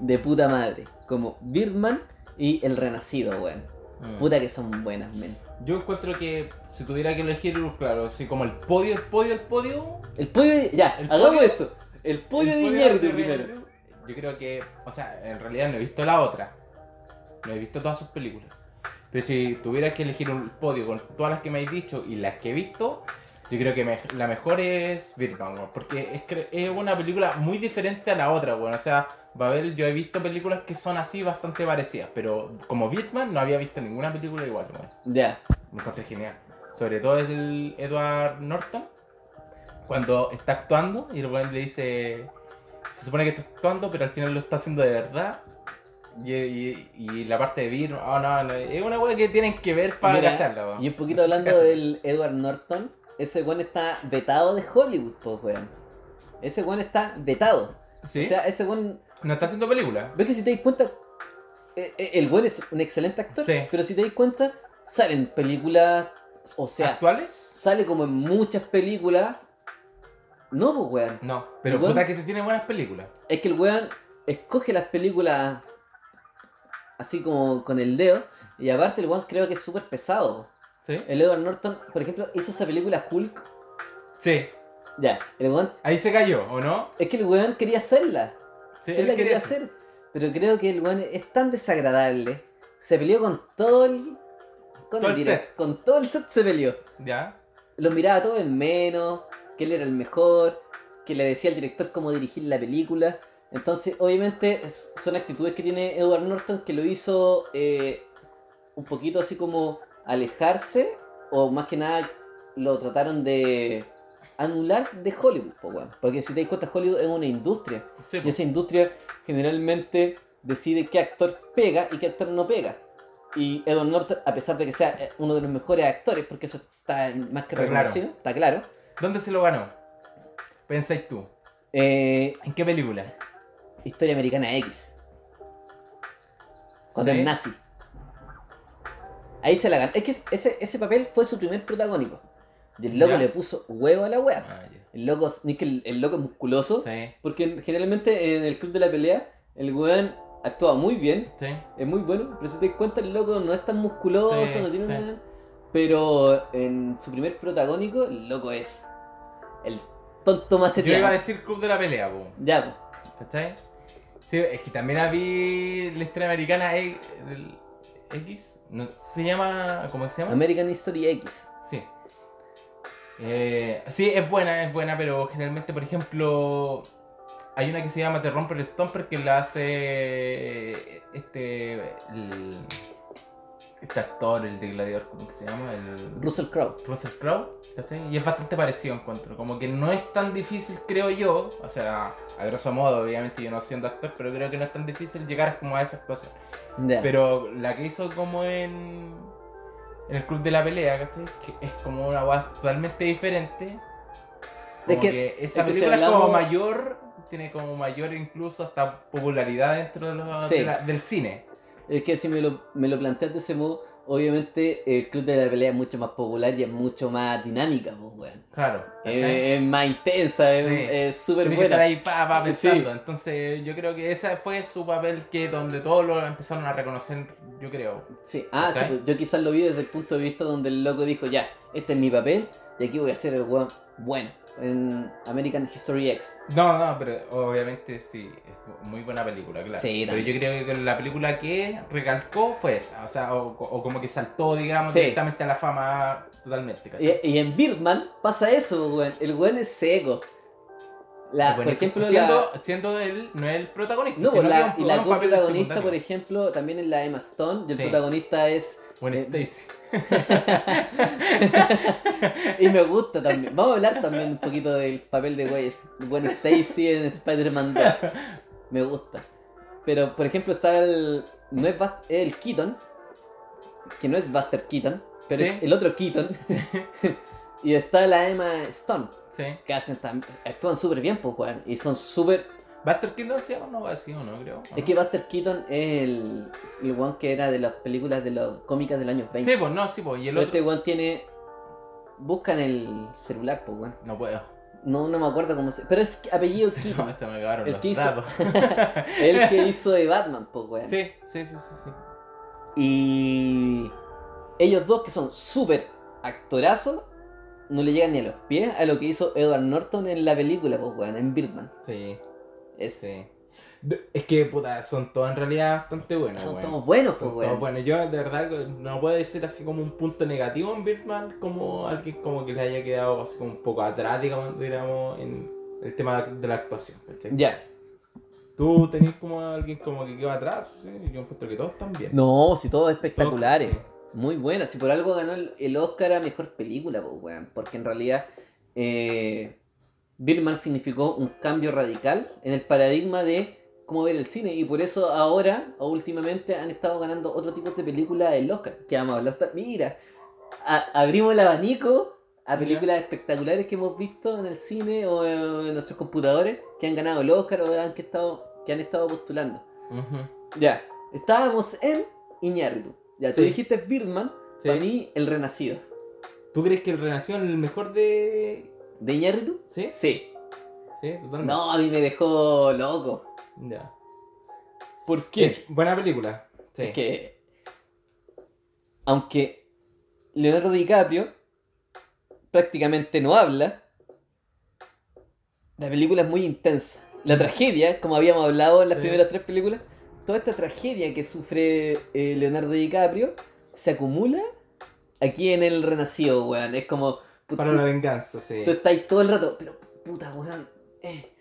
Speaker 2: de puta madre. Como Birdman y El Renacido, weón.
Speaker 1: Mm.
Speaker 2: Puta que son buenas, men.
Speaker 1: Yo encuentro que si tuviera que elegir, claro, así como el podio, el podio, el podio,
Speaker 2: El pollo, ya,
Speaker 1: El
Speaker 2: hagamos
Speaker 1: podio-
Speaker 2: eso. El pollo de Iñárritu primero.
Speaker 1: Yo creo que, o sea, en realidad no he visto la otra. No he visto todas sus películas. Pero si tuviera que elegir un podio con todas las que me habéis dicho y las que he visto, yo creo que me- la mejor es Birdman, weón, porque es, cre- es una película muy diferente a la otra, weón. O sea, Babel, yo he visto películas que son así bastante parecidas, pero como Birdman no había visto ninguna película igual, weón.
Speaker 2: Ya.
Speaker 1: Me encontré genial. Sobre todo el Edward Norton, cuando está actuando y el weón le dice. Se supone que está actuando, pero al final lo está haciendo de verdad. Y, y- y la parte de Vir, ah, no, no, es una weá que tienen que ver para
Speaker 2: Mira,
Speaker 1: cacharla, weón.
Speaker 2: Y un poquito hablando del Edward Norton, ese weón está vetado de Hollywood, pues weón. Ese weón está vetado.
Speaker 1: ¿Sí?
Speaker 2: O sea, ese weón.
Speaker 1: no está haciendo película.
Speaker 2: ¿Ves que si te das cuenta? e, eh, eh, El weón es un excelente actor,
Speaker 1: Sí.
Speaker 2: pero si te das cuenta, salen películas O sea,
Speaker 1: ¿Actuales?
Speaker 2: sale como en muchas películas. No, pues, weón.
Speaker 1: No, pero
Speaker 2: Igual-
Speaker 1: puta que te tiene buenas películas.
Speaker 2: Es que el weón escoge las películas así como con el dedo. Y aparte el weón creo que es súper pesado.
Speaker 1: ¿Sí?
Speaker 2: El Edward Norton, por ejemplo, hizo esa película Hulk.
Speaker 1: Sí.
Speaker 2: Ya, el weón...
Speaker 1: Ahí se cayó, ¿o no?
Speaker 2: Es que el weón quería hacerla.
Speaker 1: Sí,
Speaker 2: Sí, él la quería hacer. Pero creo que el weón es tan desagradable. Se peleó con todo el... Con
Speaker 1: Todo
Speaker 2: el
Speaker 1: el
Speaker 2: direct- Con todo el set se peleó.
Speaker 1: Ya.
Speaker 2: Lo miraba todo en menos, que él era el mejor, que le decía al director cómo dirigir la película. Entonces, obviamente, es- son actitudes que tiene Edward Norton que lo hizo eh, un poquito así como alejarse, o más que nada lo trataron de anular de Hollywood, po, weón. porque si te das cuenta, Hollywood es una industria.
Speaker 1: Sí,
Speaker 2: Y
Speaker 1: pues.
Speaker 2: esa industria generalmente decide qué actor pega y qué actor no pega. Y Edward Norton, a pesar de que sea eh, uno de los mejores actores, porque eso está más que
Speaker 1: Está claro.
Speaker 2: reconocido, está claro,
Speaker 1: ¿Dónde se lo ganó? Pensáis tú.
Speaker 2: eh,
Speaker 1: ¿En qué película?
Speaker 2: Historia Americana X, contra
Speaker 1: Sí.
Speaker 2: el nazi. Ahí se la ganó. Es que ese, ese papel fue su primer protagónico. Y el loco
Speaker 1: Ya.
Speaker 2: le puso huevo a la wea.
Speaker 1: Ah, ya.
Speaker 2: El loco, es que el, el loco es musculoso,
Speaker 1: Sí,
Speaker 2: porque generalmente en el club de la pelea, el weón actúa muy bien,
Speaker 1: sí.
Speaker 2: Es muy bueno, pero si te das cuenta, el loco no es tan musculoso,
Speaker 1: Sí,
Speaker 2: no tiene
Speaker 1: sí.
Speaker 2: una. Pero en su primer protagónico, el loco es. El tonto
Speaker 1: Yo iba a
Speaker 2: maceteado.
Speaker 1: decir Club de la Pelea, po.
Speaker 2: Ya, po.
Speaker 1: ¿Cachai? Sí, es que también había la historia americana eh, el- X. No, se llama. ¿Cómo se llama?
Speaker 2: American History X.
Speaker 1: Sí. Eh, sí, es buena, es buena, pero generalmente, por ejemplo, hay una que se llama Te rompe el Stomper que la hace eh, este. el- este actor, el de Gladiador, ¿cómo que se llama? El,
Speaker 2: Russell Crowe.
Speaker 1: Russell Crowe, ¿cachai? Y es bastante parecido, encuentro. Como que no es tan difícil, creo yo, o sea, a grosso modo, obviamente yo no siendo actor, pero creo que no es tan difícil llegar como a esa actuación.
Speaker 2: Ya.
Speaker 1: Pero la que hizo como en, en el Club de la Pelea, ¿cachai? Que es como una guasa totalmente diferente. Como
Speaker 2: Es que-
Speaker 1: que, esa
Speaker 2: es que si
Speaker 1: película es como
Speaker 2: hablamos-
Speaker 1: mayor, tiene como mayor incluso hasta popularidad dentro de los-
Speaker 2: Sí.
Speaker 1: de la- del cine.
Speaker 2: Es que si me lo, me lo planteas de ese modo, obviamente el club de la pelea es mucho más popular y es mucho más dinámica, pues, weón.
Speaker 1: Claro. ¿cachai?
Speaker 2: Eh, Es, más intensa, es-
Speaker 1: Sí.
Speaker 2: es súper
Speaker 1: Tenía que estar
Speaker 2: buena.
Speaker 1: ahí pa, pa,
Speaker 2: Sí.
Speaker 1: pensando. Entonces, yo creo que ese fue su papel que donde todos lo empezaron a reconocer, yo creo.
Speaker 2: Sí, ah, sí,
Speaker 1: ¿Cachai?
Speaker 2: pues, yo quizás lo vi desde el punto de vista donde el loco dijo, ya, este es mi papel y aquí voy a ser el weón bueno en American History X.
Speaker 1: No, no, pero obviamente sí, es muy buena película, claro.
Speaker 2: Sí,
Speaker 1: pero yo
Speaker 2: también.
Speaker 1: creo que la película que recalcó fue esa, o sea, o, o como que saltó, digamos,
Speaker 2: Sí.
Speaker 1: directamente a la fama totalmente, ¿cachai?
Speaker 2: Y, y en Birdman pasa eso, pues, weón. El weón es seco.
Speaker 1: Buenísimo.
Speaker 2: La, por ejemplo,
Speaker 1: siendo,
Speaker 2: la,
Speaker 1: siendo él, no es el protagonista,
Speaker 2: no,
Speaker 1: sino
Speaker 2: pues,
Speaker 1: que
Speaker 2: la,
Speaker 1: es un-
Speaker 2: y
Speaker 1: es
Speaker 2: la
Speaker 1: un papel
Speaker 2: coprotagonista,
Speaker 1: secundario.
Speaker 2: por ejemplo, también es la Emma Stone y el
Speaker 1: Sí.
Speaker 2: protagonista es...
Speaker 1: Gwen
Speaker 2: eh,
Speaker 1: Stacy.
Speaker 2: y me gusta también. Vamos a hablar también un poquito del papel de Gwen- Gwen Stacy en Spider-Man 2. Me gusta. Pero, por ejemplo, está el. No es Bas- el Keaton. Que no es Buster Keaton. Pero
Speaker 1: Sí.
Speaker 2: es el otro Keaton. y está la Emma Stone.
Speaker 1: Sí.
Speaker 2: Que hacen tam- actúan súper bien, pues, weón. Y son súper.
Speaker 1: Buster Keaton se llama, no va así o no, creo. ¿o
Speaker 2: Es
Speaker 1: no?
Speaker 2: que Buster Keaton es el. El weón que era de las películas de los cómicas del año 20.
Speaker 1: Sí, pues no, sí, pues, y el
Speaker 2: pero
Speaker 1: otro.
Speaker 2: este weón tiene. Buscan el celular, pues, weón.
Speaker 1: No puedo.
Speaker 2: No, no me acuerdo cómo se. Pero es que- apellido
Speaker 1: Se
Speaker 2: Keaton.
Speaker 1: me- se me acabaron
Speaker 2: El
Speaker 1: los
Speaker 2: que hizo-
Speaker 1: datos.
Speaker 2: el que hizo de Batman, pues, weón.
Speaker 1: Sí, sí, sí, sí, sí.
Speaker 2: Y ellos dos que son súper actorazos, no le llegan ni a los pies a lo que hizo Edward Norton en la película, pues weón, en Birdman.
Speaker 1: Sí,
Speaker 2: Ese.
Speaker 1: sí. De- Es que, puta, son todos en realidad bastante buenos,
Speaker 2: Son
Speaker 1: weón.
Speaker 2: todos buenos,
Speaker 1: Son
Speaker 2: pues weón.
Speaker 1: todos buenos. Yo, de verdad, que no puedo decir así como un punto negativo en Birdman, como alguien como que le haya quedado así como un poco atrás, digamos, digamos, en el tema de la actuación. ¿cachai?
Speaker 2: Ya.
Speaker 1: Tú tenés como alguien como que quedó atrás, sí, yo encuentro que todos están bien.
Speaker 2: No, eh. si todos
Speaker 1: Todos-
Speaker 2: espectaculares.
Speaker 1: sí.
Speaker 2: Muy buena. Si por algo ganó el, el Oscar a mejor película, pues weón. Porque en realidad. eh, Birdman significó un cambio radical en el paradigma de cómo ver el cine. Y por eso ahora, o últimamente, han estado ganando otro tipo de películas del Oscar. Que vamos a hablar. ta- Mira, a- abrimos el abanico a
Speaker 1: Ya.
Speaker 2: películas espectaculares que hemos visto en el cine o en nuestros computadores que han ganado el Oscar o han que, estado, que han estado postulando.
Speaker 1: Ujú,
Speaker 2: Ya, estábamos en Iñárritu. Ya, tú
Speaker 1: Sí.
Speaker 2: dijiste Birdman,
Speaker 1: sí.
Speaker 2: para mí El Renacido.
Speaker 1: ¿Tú crees que el Renacido es el mejor de.
Speaker 2: ¿De Iñárritu?
Speaker 1: ¿Sí?
Speaker 2: Sí.
Speaker 1: Sí, totalmente.
Speaker 2: No, a mí me dejó loco.
Speaker 1: Ya. ¿Por qué?
Speaker 2: Es-
Speaker 1: Buena película. Sí.
Speaker 2: Es que. Aunque Leonardo DiCaprio prácticamente no habla, la película es muy intensa. La tragedia, como habíamos hablado en las
Speaker 1: Mm. Sí.
Speaker 2: primeras tres películas, toda esta tragedia que sufre eh, Leonardo DiCaprio se acumula aquí en el Renacido, weón. Es como. put-
Speaker 1: Para
Speaker 2: tú-
Speaker 1: la venganza, sí.
Speaker 2: Tú estás ahí todo el rato, pero puta, weón. eh,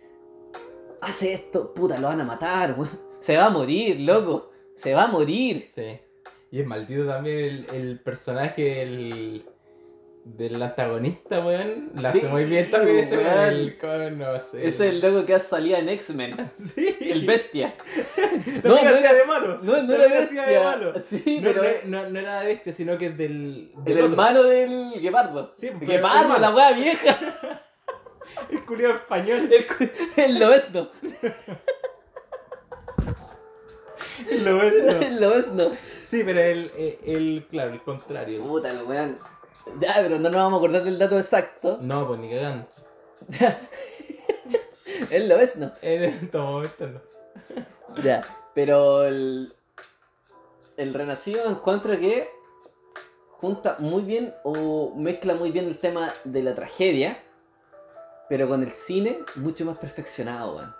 Speaker 2: hace esto, puta, lo van a matar, weón. Se va a morir, loco. Se va a morir.
Speaker 1: Sí. Y es maldito también el, el personaje el- del antagonista, weón. La
Speaker 2: Sí,
Speaker 1: hace muy bien también ese
Speaker 2: weón.
Speaker 1: weón. El, con- no sé.
Speaker 2: Ese es el loco que ha salido en X-Men.
Speaker 1: Sí.
Speaker 2: El bestia.
Speaker 1: No,
Speaker 2: No, no
Speaker 1: era
Speaker 2: era-
Speaker 1: de malo.
Speaker 2: No, no
Speaker 1: También
Speaker 2: era
Speaker 1: hacía de malo.
Speaker 2: bestia. Sí,
Speaker 1: No,
Speaker 2: pero el
Speaker 1: no, no- no era de bestia, sino que es del. del otro.
Speaker 2: hermano del guepardo.
Speaker 1: Sí, pero
Speaker 2: Guepardo,
Speaker 1: hermano.
Speaker 2: la weá vieja.
Speaker 1: El culiao español.
Speaker 2: El, cu- el lobesno.
Speaker 1: Lo ves, no.
Speaker 2: El lobesno.
Speaker 1: Sí, pero el, el, el- Claro, el contrario.
Speaker 2: Puta, el weón. Ya, pero no nos vamos a acordar del dato exacto.
Speaker 1: No, pues ni cagando.
Speaker 2: El lobesno.
Speaker 1: En estos momentos no.
Speaker 2: Ya, pero el, el Renacido encuentro que junta muy bien o mezcla muy bien el tema de la tragedia, pero con el cine mucho más perfeccionado, weón.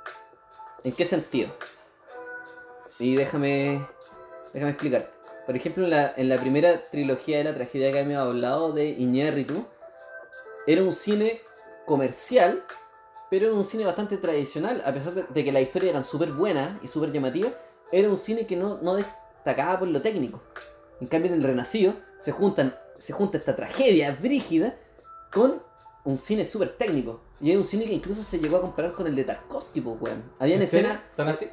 Speaker 2: ¿En qué sentido? Y déjame, déjame explicarte. Por ejemplo, en la, en la primera trilogía de la tragedia que habíamos hablado de Iñárritu, era un cine comercial, pero era un cine bastante tradicional, a pesar de, de que las historias eran súper buenas y súper llamativas, era un cine que no, no destacaba por lo técnico. En cambio, en el Renacido se, juntan, se junta esta tragedia brígida con un cine súper técnico. Y era un cine que incluso se llegó a comparar con el de Tarkovsky, pues, weón. Habían
Speaker 1: ¿En serio?
Speaker 2: escenas
Speaker 1: ¿Tan así?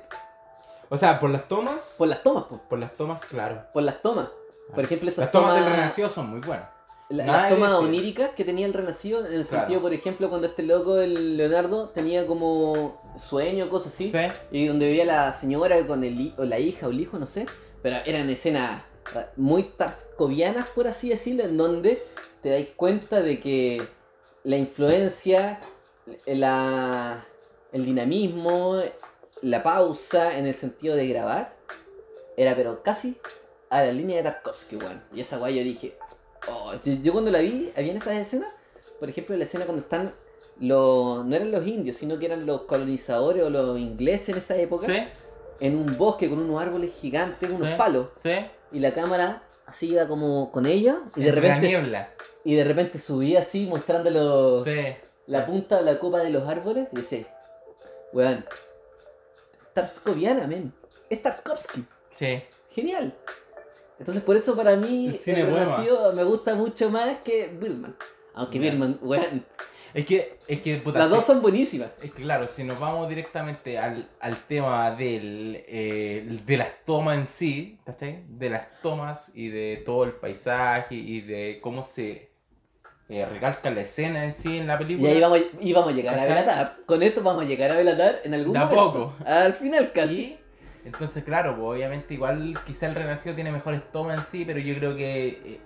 Speaker 1: O sea, por las tomas.
Speaker 2: por las tomas, pues.
Speaker 1: Por las tomas, claro.
Speaker 2: Por Pues las tomas. Por ejemplo, esas
Speaker 1: Las tomas del
Speaker 2: tomas-
Speaker 1: Renacido son muy buenas.
Speaker 2: La-
Speaker 1: Nada
Speaker 2: las
Speaker 1: de
Speaker 2: tomas
Speaker 1: decir.
Speaker 2: oníricas que tenía el Renacido, en el
Speaker 1: Claro.
Speaker 2: sentido, por ejemplo, cuando este loco, el Leonardo, tenía como sueño, cosas así,
Speaker 1: Sí.
Speaker 2: y donde veía a la señora con el, hi- o la hija o el hijo, no sé, pero eran escenas muy tarcovianas, por así decirlo, en donde te dais cuenta de que la influencia, la, el dinamismo, la pausa en el sentido de grabar, era pero casi a la línea de Tarkovsky, weón. Y esa weá yo dije, oh, yo, yo cuando la vi, habían esas escenas, por ejemplo, la escena cuando están los, no eran los indios, sino que eran los colonizadores o los ingleses en esa época,
Speaker 1: Sí,
Speaker 2: en un bosque con unos árboles gigantes, unos
Speaker 1: Sí.
Speaker 2: palos,
Speaker 1: sí.
Speaker 2: y la cámara así iba como con ella, y de
Speaker 1: Entre la
Speaker 2: repente
Speaker 1: niebla.
Speaker 2: y de repente subía así mostrando los-
Speaker 1: Sí.
Speaker 2: la punta de la copa de los árboles y decía, weón, Tarskoviana, men, es Tarkovsky,
Speaker 1: Sí.
Speaker 2: genial. Entonces por eso para mí
Speaker 1: El cine
Speaker 2: el
Speaker 1: hueva.
Speaker 2: Renacido me gusta mucho más que Birdman. Aunque
Speaker 1: Ya.
Speaker 2: Birdman, weón,
Speaker 1: Es que, es que, puta,
Speaker 2: las
Speaker 1: sí.
Speaker 2: dos son buenísimas.
Speaker 1: Es que, claro, si nos vamos directamente al, al tema del, eh, de las tomas en sí, ¿cachai? De las tomas y de todo el paisaje y de cómo se eh, recalca la escena en sí en la
Speaker 2: Y
Speaker 1: película.
Speaker 2: ahí vamos, y vamos a llegar a
Speaker 1: ¿Cachai?
Speaker 2: Velatar. Con esto vamos a llegar a Velatar en algún
Speaker 1: De a
Speaker 2: momento.
Speaker 1: poco.
Speaker 2: Al final casi.
Speaker 1: Y, entonces, claro, pues, obviamente igual quizá el Renacido tiene mejores tomas en sí, pero yo creo que eh,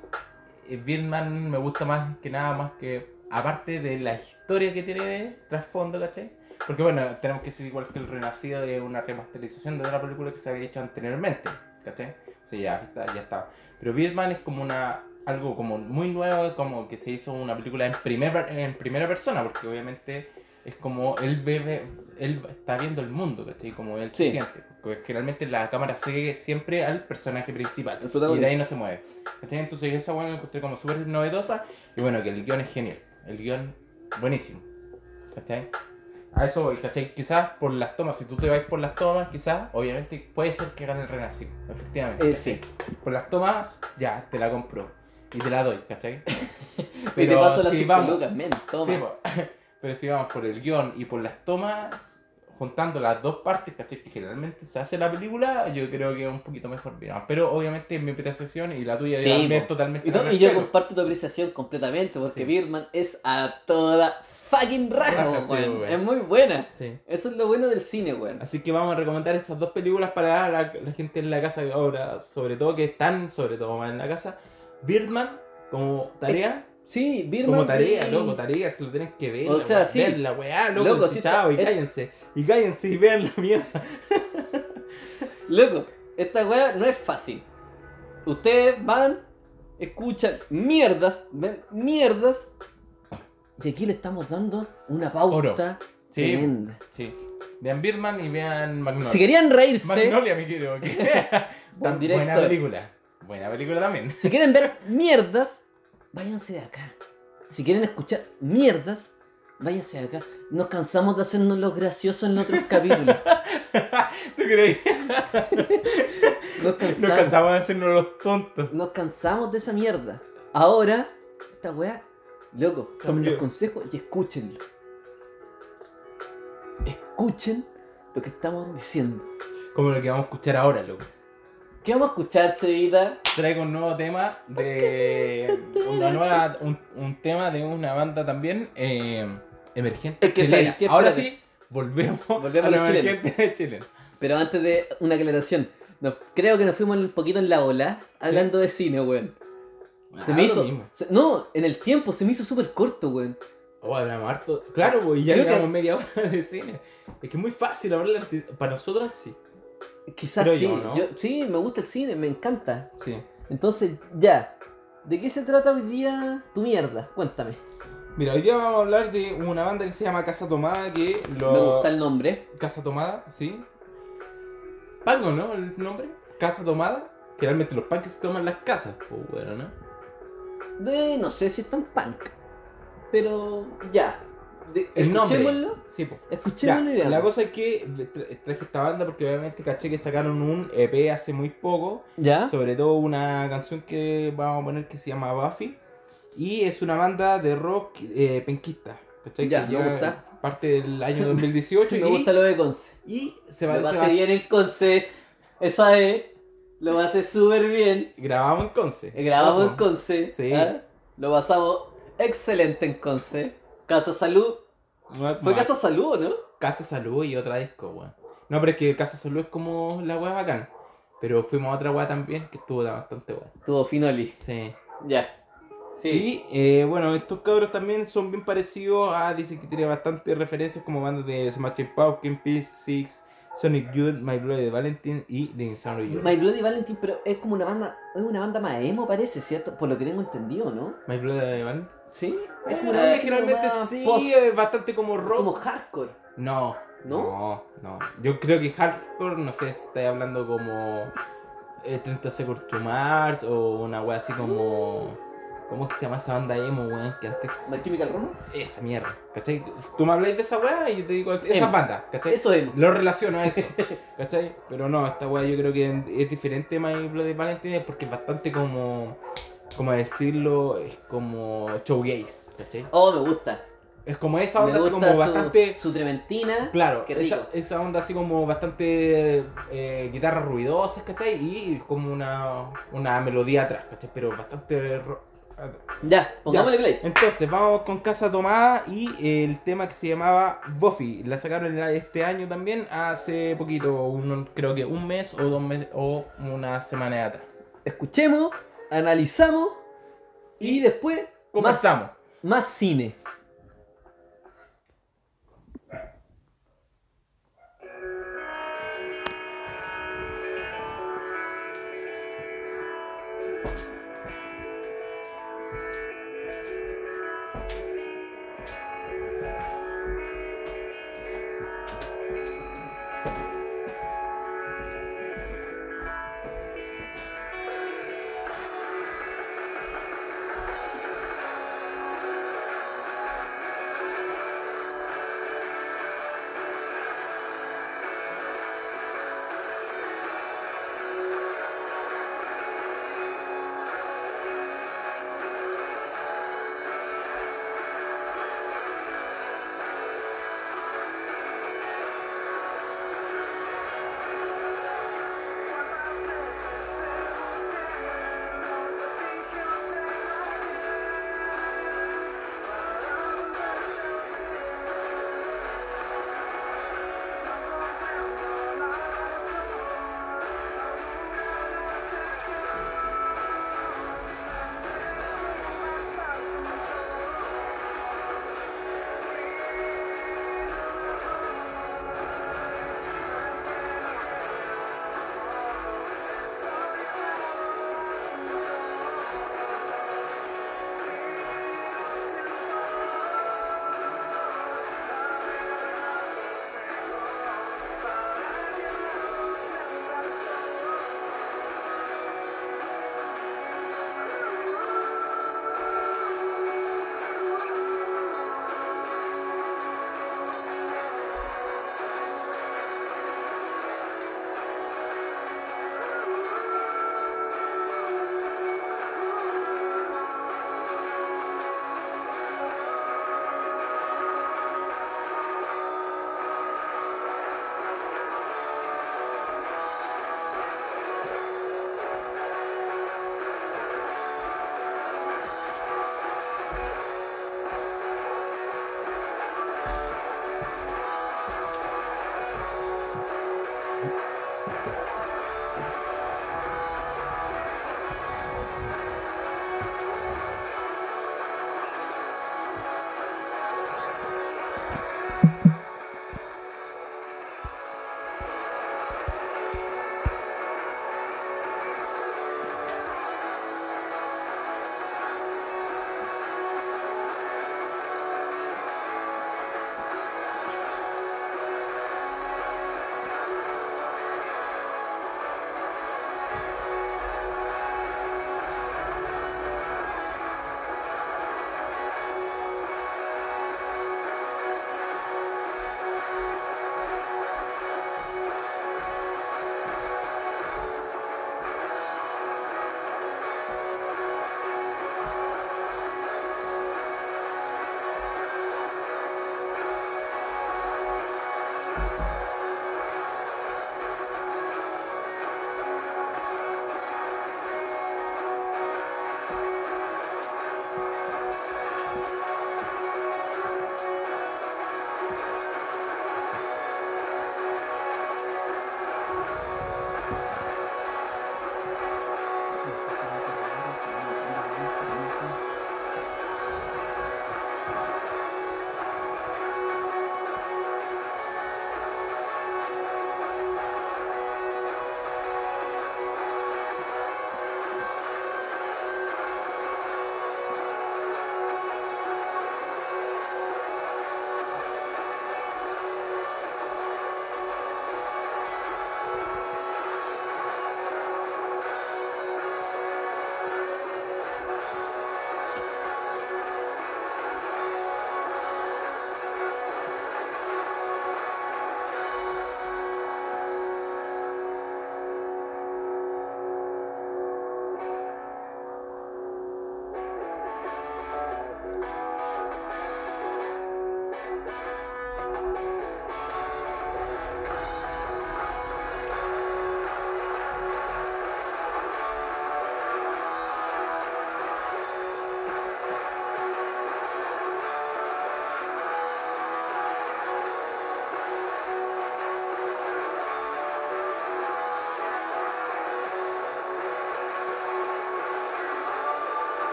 Speaker 1: eh, Birdman me gusta más que nada, más que aparte de la historia que tiene de trasfondo, ¿cachai? Porque bueno, tenemos que decir igual que el Renacido es una remasterización de una película que se había hecho anteriormente, ¿cachai? Sí, ya está, ya está. Pero Birdman es como una algo como muy nuevo, como que se hizo una película en, primer, en primera persona, porque obviamente es como él bebe, él está viendo el mundo, ¿cachai? Como él
Speaker 2: Sí.
Speaker 1: se siente. Porque generalmente la cámara sigue siempre al personaje principal.
Speaker 2: El protagonista.
Speaker 1: Y de ahí no se mueve. ¿Cachai? Entonces esa weá la encontré como súper novedosa. Y bueno, que el guión es genial. El guión, buenísimo. ¿Cachai? A eso voy, ¿cachai? Quizás por las tomas, si tú te vas por las tomas, quizás, obviamente, puede ser que gane el Renacido, efectivamente.
Speaker 2: Eh,
Speaker 1: ¿cachai?
Speaker 2: sí.
Speaker 1: Por las tomas, ya, te la compro. Y te la doy, ¿cachai?
Speaker 2: y te paso las
Speaker 1: si
Speaker 2: cinco
Speaker 1: vamos-
Speaker 2: lucas, men, toma.
Speaker 1: Sí, po. pero si vamos por el guión y por las tomas, juntando las dos partes, ¿cachai? Que generalmente se hace la película, yo creo que es un poquito mejor. Mira, pero obviamente es mi apreciación y la tuya
Speaker 2: Sí,
Speaker 1: también
Speaker 2: po.
Speaker 1: es totalmente.
Speaker 2: Y, to-
Speaker 1: al
Speaker 2: y yo
Speaker 1: respecto.
Speaker 2: comparto tu apreciación completamente porque
Speaker 1: Sí.
Speaker 2: Birdman es a toda fucking raja,
Speaker 1: Raja, sí,
Speaker 2: weón.
Speaker 1: weón.
Speaker 2: Es muy buena.
Speaker 1: Sí.
Speaker 2: Eso es lo bueno del cine, weón.
Speaker 1: Así que vamos a recomendar esas dos películas para la, la gente en la casa ahora, sobre todo que están, sobre todo más en la casa. Birdman como tarea
Speaker 2: Sí, Birman.
Speaker 1: Como tarea,
Speaker 2: Green.
Speaker 1: loco, tarea, se lo tienen que ver.
Speaker 2: O
Speaker 1: la
Speaker 2: sea,
Speaker 1: weá,
Speaker 2: sí.
Speaker 1: Verla, weá, loco,
Speaker 2: Loco,
Speaker 1: sí,
Speaker 2: sí está-
Speaker 1: chao, y
Speaker 2: es-
Speaker 1: cállense. Y cállense y vean la mierda.
Speaker 2: Loco, esta weá no es fácil. Ustedes van, escuchan mierdas, ven mierdas. Y aquí le estamos dando una pauta
Speaker 1: Sí.
Speaker 2: tremenda.
Speaker 1: Sí. Vean Birman y vean Magnolia.
Speaker 2: Si querían reírse,
Speaker 1: Magnolia, mi querido. que-
Speaker 2: Tan
Speaker 1: Bu- Buena
Speaker 2: directo.
Speaker 1: película. Buena película también.
Speaker 2: si quieren ver mierdas, váyanse de acá. Si quieren escuchar mierdas, váyanse de acá. Nos cansamos de hacernos los graciosos en otros capítulos.
Speaker 1: ¿Tú crees?
Speaker 2: Nos cansamos.
Speaker 1: Nos cansamos de hacernos los tontos.
Speaker 2: Nos cansamos de esa mierda. Ahora, esta weá, loco, tomen
Speaker 1: Cambió.
Speaker 2: los consejos y escúchenlo. Escuchen lo que estamos diciendo.
Speaker 1: Como lo que vamos a escuchar ahora, loco.
Speaker 2: ¿Qué vamos a escuchar, Cevita?
Speaker 1: Traigo un nuevo tema de. Una nueva. Un, un tema de una banda también eh, emergente.
Speaker 2: Es que
Speaker 1: chilena.
Speaker 2: sabéis que-
Speaker 1: Ahora
Speaker 2: espérate.
Speaker 1: sí, volvemos,
Speaker 2: Volvemos
Speaker 1: a
Speaker 2: a
Speaker 1: los
Speaker 2: los chilenos.
Speaker 1: emergentes chilenos.
Speaker 2: Pero antes de una aclaración, nos- creo que nos fuimos un poquito en la ola hablando de cine, weón. Se
Speaker 1: Ah, lo
Speaker 2: me hizo.
Speaker 1: mismo.
Speaker 2: se- no, en el tiempo se me hizo súper corto, weón.
Speaker 1: Oh, hablamos harto. Claro, pues ya
Speaker 2: Creo que-
Speaker 1: llevamos media hora de cine. Es que es muy fácil hablar. de- Para nosotros sí.
Speaker 2: Quizás
Speaker 1: Creo
Speaker 2: sí.
Speaker 1: yo, ¿no?
Speaker 2: yo- sí, me gusta el cine, me encanta.
Speaker 1: Sí.
Speaker 2: Entonces, ya. ¿De qué se trata hoy día tu mierda? Cuéntame.
Speaker 1: Mira, hoy día vamos a hablar de una banda que se llama Casa Tomada. Que lo...
Speaker 2: Me gusta el nombre.
Speaker 1: Casa Tomada, sí. Pango, ¿no? El nombre. Casa Tomada. Que realmente los panques se toman las casas. Pues bueno, ¿no?
Speaker 2: Eh, no sé si es tan punk. Pero ya. De-
Speaker 1: El nombre.
Speaker 2: Escuchémoslo.
Speaker 1: Sí, pues. Ya,
Speaker 2: Escuchémoslo y veamos.
Speaker 1: la cosa es que tra- traje esta banda porque obviamente caché que sacaron un EP hace muy poco.
Speaker 2: ¿Ya?
Speaker 1: Sobre todo una canción que vamos a poner que se llama Buffy. Y es una banda de rock eh, penquista. ¿Cachai?
Speaker 2: Ya,
Speaker 1: Que
Speaker 2: me
Speaker 1: lleva
Speaker 2: gusta.
Speaker 1: Parte del año 2018.
Speaker 2: Me
Speaker 1: y,
Speaker 2: gusta lo de Conce.
Speaker 1: y se
Speaker 2: Lo
Speaker 1: parece
Speaker 2: pasé
Speaker 1: bastante-
Speaker 2: bien en Conce. Esa es. Lo pasé súper bien.
Speaker 1: Grabamos en Conce.
Speaker 2: Eh, Grabamos
Speaker 1: Ojo.
Speaker 2: en Conce.
Speaker 1: Sí.
Speaker 2: ¿ah? Lo pasamos excelente en Conce. Casa Salud.
Speaker 1: No,
Speaker 2: ¿Fue
Speaker 1: no,
Speaker 2: Casa Salud o no?
Speaker 1: Casa Salud y otra disco, weón. No, pero es que Casa Salud es como la weá bacán. Pero fuimos a otra weá también que estuvo bastante buena.
Speaker 2: Tuvo Finoli.
Speaker 1: Sí.
Speaker 2: Ya. Sí.
Speaker 1: Y eh, bueno, estos cabros también son bien parecidos a. Dicen que tiene bastantes referencias como bandas de Smashing Pumpkins, Peace, Six, Sonic Youth, My Bloody Valentine y The Insanity Youth.
Speaker 2: My Bloody Valentine, pero es como una banda. Es una banda más emo, parece, ¿cierto? Por lo que tengo entendido, ¿no?
Speaker 1: My Bloody Valentine.
Speaker 2: Sí.
Speaker 1: Es como
Speaker 2: una
Speaker 1: una banda
Speaker 2: banda
Speaker 1: Eh,
Speaker 2: así
Speaker 1: generalmente
Speaker 2: como más
Speaker 1: sí,
Speaker 2: post.
Speaker 1: es bastante como rock.
Speaker 2: Como hardcore.
Speaker 1: No,
Speaker 2: ¿No?
Speaker 1: no, no. Yo creo que hardcore, no sé, estoy hablando como eh, 30 Seconds to Mars o una wea así como. ¿Cómo es que se llama esa banda emo, weón? Que antes.
Speaker 2: My Chemical Romance.
Speaker 1: Esa mierda, ¿cachai? Tú me habláis de esa wea y yo te digo,
Speaker 2: Emo.
Speaker 1: esa banda, ¿cachai?
Speaker 2: Eso Em, es.
Speaker 1: Lo relaciono a eso, ¿cachai? Pero no, esta wea yo creo que es diferente más My Bloody Valentine porque es bastante como. Como decirlo, es como showgaze, ¿cachai?
Speaker 2: Oh, me gusta.
Speaker 1: Es como esa
Speaker 2: Me
Speaker 1: onda así
Speaker 2: gusta
Speaker 1: como
Speaker 2: su,
Speaker 1: bastante.
Speaker 2: su trementina.
Speaker 1: Claro,
Speaker 2: Qué rico.
Speaker 1: esa, esa onda así como bastante eh, guitarras ruidosas, ¿cachai? Y como una, una melodía atrás, ¿cachai? Pero bastante... ro-
Speaker 2: Ya, pongámosle play.
Speaker 1: Entonces, vamos con Casa Tomada y eh, el tema que se llamaba Buffy. La sacaron la- este año también, hace poquito, un- creo que un mes o dos meses o una semana de atrás.
Speaker 2: Escuchemos, analizamos y después
Speaker 1: Conversamos.
Speaker 2: Más, más cine.
Speaker 3: Buffy,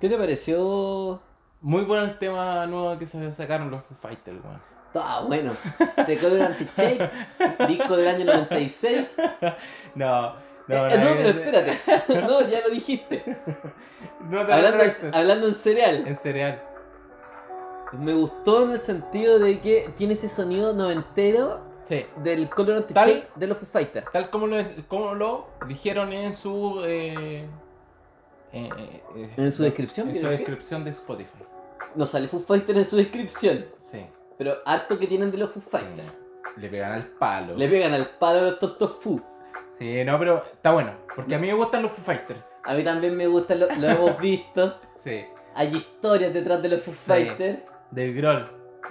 Speaker 2: ¿Qué te pareció?
Speaker 1: Muy bueno el tema nuevo que se sacaron los Foo Fighters, weón.
Speaker 2: Ah, bueno. Te quedo Shake, disco del año 96.
Speaker 1: No, no,
Speaker 2: Eh, no,
Speaker 1: nadie-
Speaker 2: pero espérate. No, ya lo dijiste.
Speaker 1: No te
Speaker 2: Hablando,
Speaker 1: retractes.
Speaker 2: hablando en cereal,
Speaker 1: En cereal.
Speaker 2: me gustó en el sentido de que tiene ese sonido noventero
Speaker 1: Sí.
Speaker 2: del Color Anti
Speaker 1: Tal-
Speaker 2: Shake de los Foo Fighters.
Speaker 1: Tal como lo, como lo dijeron en su. eh, eh, eh, eh,
Speaker 2: En su descripción,
Speaker 1: en
Speaker 2: ¿qué
Speaker 1: su
Speaker 2: dije?
Speaker 1: descripción de Spotify.
Speaker 2: No sale Foo Fighters en su descripción,
Speaker 1: Sí.
Speaker 2: pero harto que tienen de los Foo Fighters.
Speaker 1: Le pegan al palo.
Speaker 2: Le pegan al palo a los tontos Foo.
Speaker 1: Sí, no, pero está bueno. Porque a mí me gustan los Foo Fighters.
Speaker 2: A mí también me gusta, lo, lo hemos visto.
Speaker 1: Sí.
Speaker 2: Hay historias detrás de los Foo Fighters.
Speaker 1: Del Groll.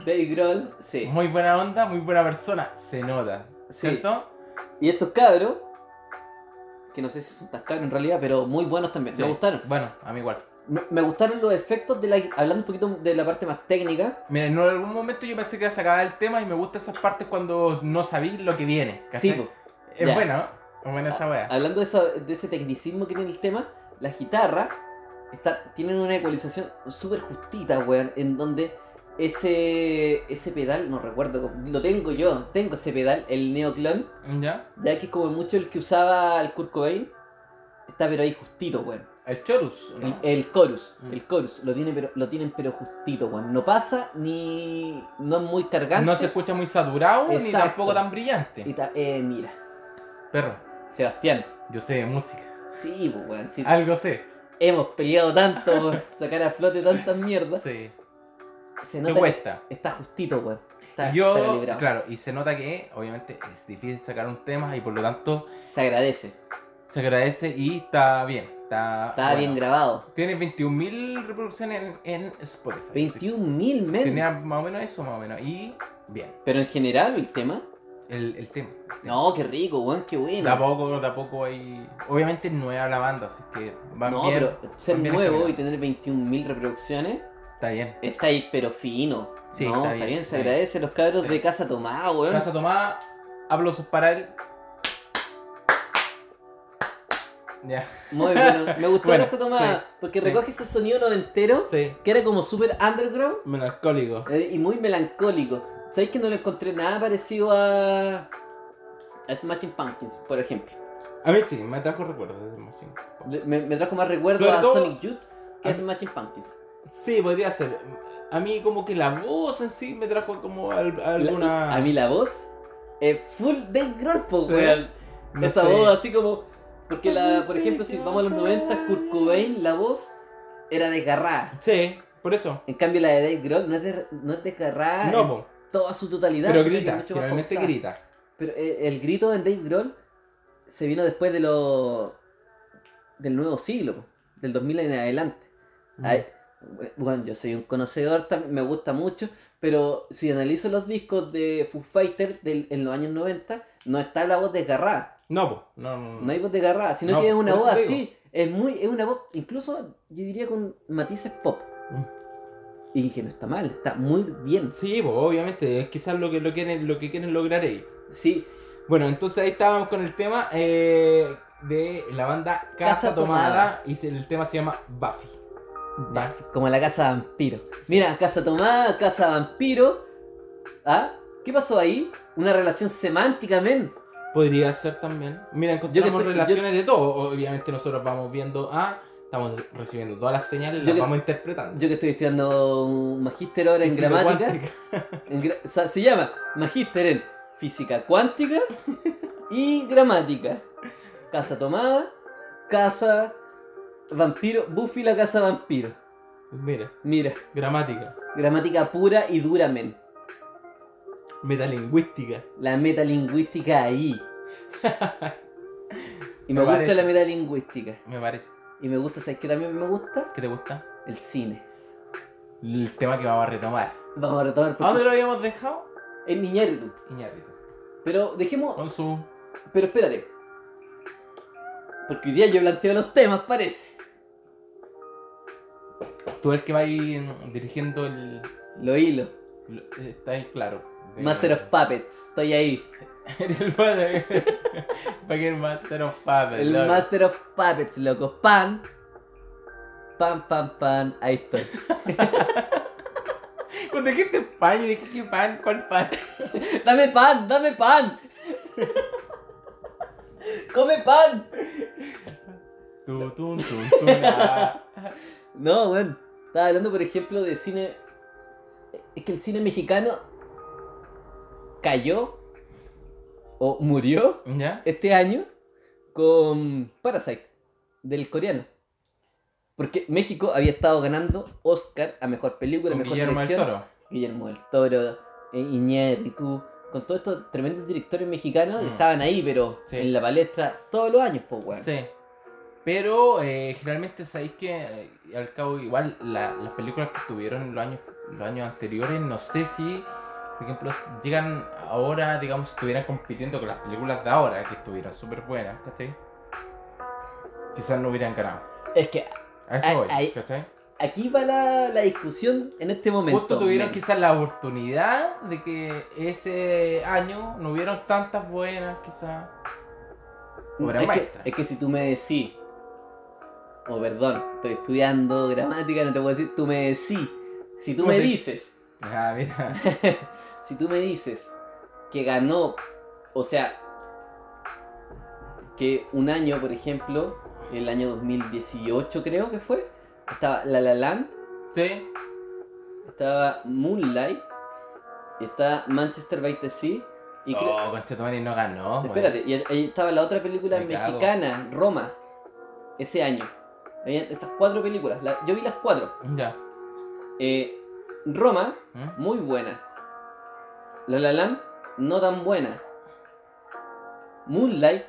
Speaker 2: Dave Grohl, sí.
Speaker 1: Muy buena onda, muy buena persona. Se nota.
Speaker 2: Sí.
Speaker 1: ¿Cierto?
Speaker 2: Y estos cabros, que no sé si son tan cabros en realidad, pero muy buenos también.
Speaker 1: Sí.
Speaker 2: Me gustaron.
Speaker 1: Bueno, a mí igual.
Speaker 2: Me, me gustaron los efectos de la. Hablando un poquito de la parte más técnica.
Speaker 1: Mira, en algún momento yo pensé que sacaba el tema y me gusta esas partes cuando no sabís lo que viene. ¿cachai?
Speaker 2: Sí, po.
Speaker 1: es
Speaker 2: ya.
Speaker 1: bueno, es buena esa wea.
Speaker 2: hablando de, esa- de ese tecnicismo que tiene el tema, las guitarras está, tienen una ecualización súper justita, weón, en donde ese, ese pedal, no recuerdo, cómo- lo tengo yo, tengo ese pedal, el Neoclon,
Speaker 1: ¿Ya?
Speaker 2: ya que es como mucho el que usaba el Kurt Cobain, está pero ahí justito, weón.
Speaker 1: El Chorus. ¿no?
Speaker 2: El, el chorus,
Speaker 1: Mm.
Speaker 2: el chorus, lo, tiene, pero, lo tienen pero justito, weón. No pasa ni. No es muy cargante.
Speaker 1: No se escucha muy saturado ni
Speaker 2: Exacto.
Speaker 1: tampoco tan brillante.
Speaker 2: y ta- eh, mira,
Speaker 1: Perro.
Speaker 2: Sebastián,
Speaker 1: Yo sé de música.
Speaker 2: Sí, pues, weón. sí.
Speaker 1: Algo sé.
Speaker 2: Hemos peleado tanto por sacar a flote tantas mierdas.
Speaker 1: Sí.
Speaker 2: Pues, Se
Speaker 1: Te
Speaker 2: nota que
Speaker 1: cuesta.
Speaker 2: está justito, weón. Está,
Speaker 1: yo,
Speaker 2: está calibrado.
Speaker 1: claro, y se nota que obviamente es difícil sacar un tema y por lo tanto
Speaker 2: Se agradece.
Speaker 1: se agradece y está bien. Está,
Speaker 2: Está
Speaker 1: bueno.
Speaker 2: bien grabado.
Speaker 1: Tiene 21.000 reproducciones en, en Spotify.
Speaker 2: 21.000
Speaker 1: Sí.
Speaker 2: men.
Speaker 1: Tenía más o menos eso, más o menos. Y bien,
Speaker 2: Pero en general, el tema.
Speaker 1: el, el tema.
Speaker 2: No, qué rico, weón, qué
Speaker 1: De a
Speaker 2: bueno.
Speaker 1: poco, de a poco hay. Obviamente no es nueva la banda, así que va
Speaker 2: No,
Speaker 1: bien.
Speaker 2: pero ser
Speaker 1: van bien
Speaker 2: nuevo
Speaker 1: encaminados.
Speaker 2: y tener 21.000 reproducciones,
Speaker 1: Está bien.
Speaker 2: está ahí, pero fino.
Speaker 1: Sí,
Speaker 2: no,
Speaker 1: está
Speaker 2: está,
Speaker 1: bien,
Speaker 2: bien,
Speaker 1: está
Speaker 2: se
Speaker 1: bien.
Speaker 2: agradece los cabros
Speaker 1: Sí.
Speaker 2: de Casa Tomada, weón.
Speaker 1: Casa Tomada, aplausos para él. Ya,
Speaker 2: Muy bueno. Me gustó
Speaker 1: Bueno,
Speaker 2: Casa Tomada,
Speaker 1: sí,
Speaker 2: porque
Speaker 1: sí.
Speaker 2: recoge ese sonido noventero,
Speaker 1: sí,
Speaker 2: que era como súper underground
Speaker 1: melancólico.
Speaker 2: eh, y muy melancólico. ¿Sabéis que no le encontré nada parecido a... a Smashing Pumpkins, por ejemplo?
Speaker 1: A mí sí, me trajo recuerdos de Machine.
Speaker 2: Le- Me, me trajo más recuerdo
Speaker 1: Sobre
Speaker 2: a
Speaker 1: todo-
Speaker 2: Sonic Youth que
Speaker 1: a-
Speaker 2: a Smashing Pumpkins.
Speaker 1: Sí, podría ser. A mí como que la voz en sí me trajo como al- alguna...
Speaker 2: La- a mí la voz es full de Grohl, po,
Speaker 1: Sí.
Speaker 2: weón.
Speaker 1: no
Speaker 2: Esa
Speaker 1: sé.
Speaker 2: voz así como. Porque, la, por ejemplo, si vamos a los 90, Kurt Cobain, la voz era desgarrada.
Speaker 1: Sí, por eso.
Speaker 2: En cambio, la de Dave Grohl no es, de- no es desgarrada
Speaker 1: no,
Speaker 2: en
Speaker 1: po,
Speaker 2: toda su totalidad.
Speaker 1: pero
Speaker 2: sino que es
Speaker 1: grita,
Speaker 2: mucho más
Speaker 1: generalmente
Speaker 2: pausada.
Speaker 1: grita.
Speaker 2: Pero eh, el grito en Dave Grohl se vino después de lo, del nuevo siglo, po, del 2000 en adelante.
Speaker 1: Mm.
Speaker 2: Ay, bueno, yo soy un conocedor, tam- me gusta mucho, pero si analizo los discos de Foo Fighters del- en los años 90, no está la voz desgarrada,
Speaker 1: No, po, no, no,
Speaker 2: no hay voz desgarrada, sino
Speaker 1: No,
Speaker 2: que es una
Speaker 1: por
Speaker 2: voz
Speaker 1: eso te digo.
Speaker 2: así, es muy es una voz, incluso yo diría con matices pop.
Speaker 1: Mm.
Speaker 2: Y dije, no está mal, está muy bien.
Speaker 1: Sí, po, obviamente, es quizás lo que, lo, quieren, lo que quieren lograr ellos.
Speaker 2: Sí,
Speaker 1: Bueno, entonces ahí estábamos con el tema eh, de la banda Casa,
Speaker 2: Casa
Speaker 1: Tomada,
Speaker 2: Tomada.
Speaker 1: y se- el tema se llama Buffy. Ya.
Speaker 2: como la casa vampiro. Mira, casa tomada, casa vampiro. ¿Ah? ¿Qué pasó ahí? Una relación semántica, men.
Speaker 1: Podría ser también. Mira, encontramos
Speaker 2: estoy-
Speaker 1: relaciones de todo. Obviamente nosotros vamos viendo a... Estamos recibiendo todas las señales y
Speaker 2: Yo
Speaker 1: las
Speaker 2: que-
Speaker 1: vamos interpretando.
Speaker 2: Yo que estoy estudiando un magíster ahora en
Speaker 1: Física
Speaker 2: gramática.
Speaker 1: cuántica.
Speaker 2: En gra- o sea, se llama Magíster en Física Cuántica y Gramática. Casa Tomada, Casa Vampiro, Buffy la Casa Vampiro.
Speaker 1: Mira,
Speaker 2: Mira,
Speaker 1: gramática,
Speaker 2: gramática pura y dura, men.
Speaker 1: metalingüística.
Speaker 2: La metalingüística ahí. Y me,
Speaker 1: Me
Speaker 2: gusta
Speaker 1: parece.
Speaker 2: la metalingüística.
Speaker 1: Me parece.
Speaker 2: Y me gusta, ¿sabes qué también me gusta?
Speaker 1: ¿Qué te gusta?
Speaker 2: El cine.
Speaker 1: El tema que vamos a retomar.
Speaker 2: Vamos a retomar
Speaker 1: ¿A dónde
Speaker 2: porque
Speaker 1: lo habíamos dejado?
Speaker 2: es Niñerdu.
Speaker 1: Iñárritu.
Speaker 2: Pero dejemos
Speaker 1: Con su...
Speaker 2: Pero espérate. Porque hoy día yo planteo los temas, parece.
Speaker 1: Tú el que va ahí mm, dirigiendo el...
Speaker 2: Lo hilo.
Speaker 1: lo- Está ahí claro. De-
Speaker 2: Master of Puppets. Estoy ahí.
Speaker 1: el padre. Fucking Master of Puppets.
Speaker 2: El
Speaker 1: loco.
Speaker 2: Master of Puppets, loco. Pan. Pan, pan, pan. Ahí estoy.
Speaker 1: Cuando dijiste pan, yo dije, ¿qué pan? ¿Cuál pan?
Speaker 2: Dame pan, dame pan. Come pan.
Speaker 1: Tú, tú, tú, tú, na.
Speaker 2: No, weón. Estaba hablando, por ejemplo, de cine. Es que el cine mexicano cayó o murió
Speaker 1: ¿Ya?
Speaker 2: este año con Parasite, del coreano. Porque México había estado ganando Oscar a mejor película,
Speaker 1: Con
Speaker 2: mejor
Speaker 1: Guillermo del
Speaker 2: dirección.
Speaker 1: Toro.
Speaker 2: Guillermo del Toro, eh, Iñárritu, con todos estos tremendos directores mexicanos
Speaker 1: Mm.
Speaker 2: estaban ahí, pero
Speaker 1: Sí.
Speaker 2: en la palestra todos los años, pues, weón.
Speaker 1: Sí. Pero eh, generalmente sabéis que eh, al cabo igual la- las películas que tuvieron en los años, los años anteriores, no sé si, por ejemplo, llegan ahora, digamos, si estuvieran compitiendo con las películas de ahora, que estuvieran súper buenas, ¿cachai? Quizás no hubieran ganado.
Speaker 2: Es que
Speaker 1: A
Speaker 2: Ay,
Speaker 1: eso voy,
Speaker 2: ay.
Speaker 1: ¿cachai?
Speaker 2: aquí va la, la discusión en este momento.
Speaker 1: Justo tuvieron
Speaker 2: men.
Speaker 1: quizás la oportunidad de que ese año no hubieron tantas buenas, quizás. obras
Speaker 2: Mm, es, que,
Speaker 1: maestras.
Speaker 2: es que si tú me decís, o perdón, estoy estudiando gramática, no te puedo decir, tú me decís, si tú
Speaker 1: ¿Cómo
Speaker 2: me
Speaker 1: se-
Speaker 2: dices
Speaker 1: Ah, mira.
Speaker 2: si tú me dices que ganó, o sea, que un año, por ejemplo, el año 2018 creo que fue, estaba La La Land,
Speaker 1: Sí,
Speaker 2: estaba Moonlight, y estaba Manchester by the Sea, Y cre-
Speaker 1: Oh, Conchetumare no ganó. weón.
Speaker 2: Espérate, y ahí estaba la otra película
Speaker 1: Oh, Me cago.
Speaker 2: mexicana, Roma, ese año. Habían estas cuatro películas, la- yo vi las cuatro.
Speaker 1: Ya.
Speaker 2: Eh, Roma,
Speaker 1: ¿Mm?
Speaker 2: muy buena. La La Land, no tan buena. Moonlight,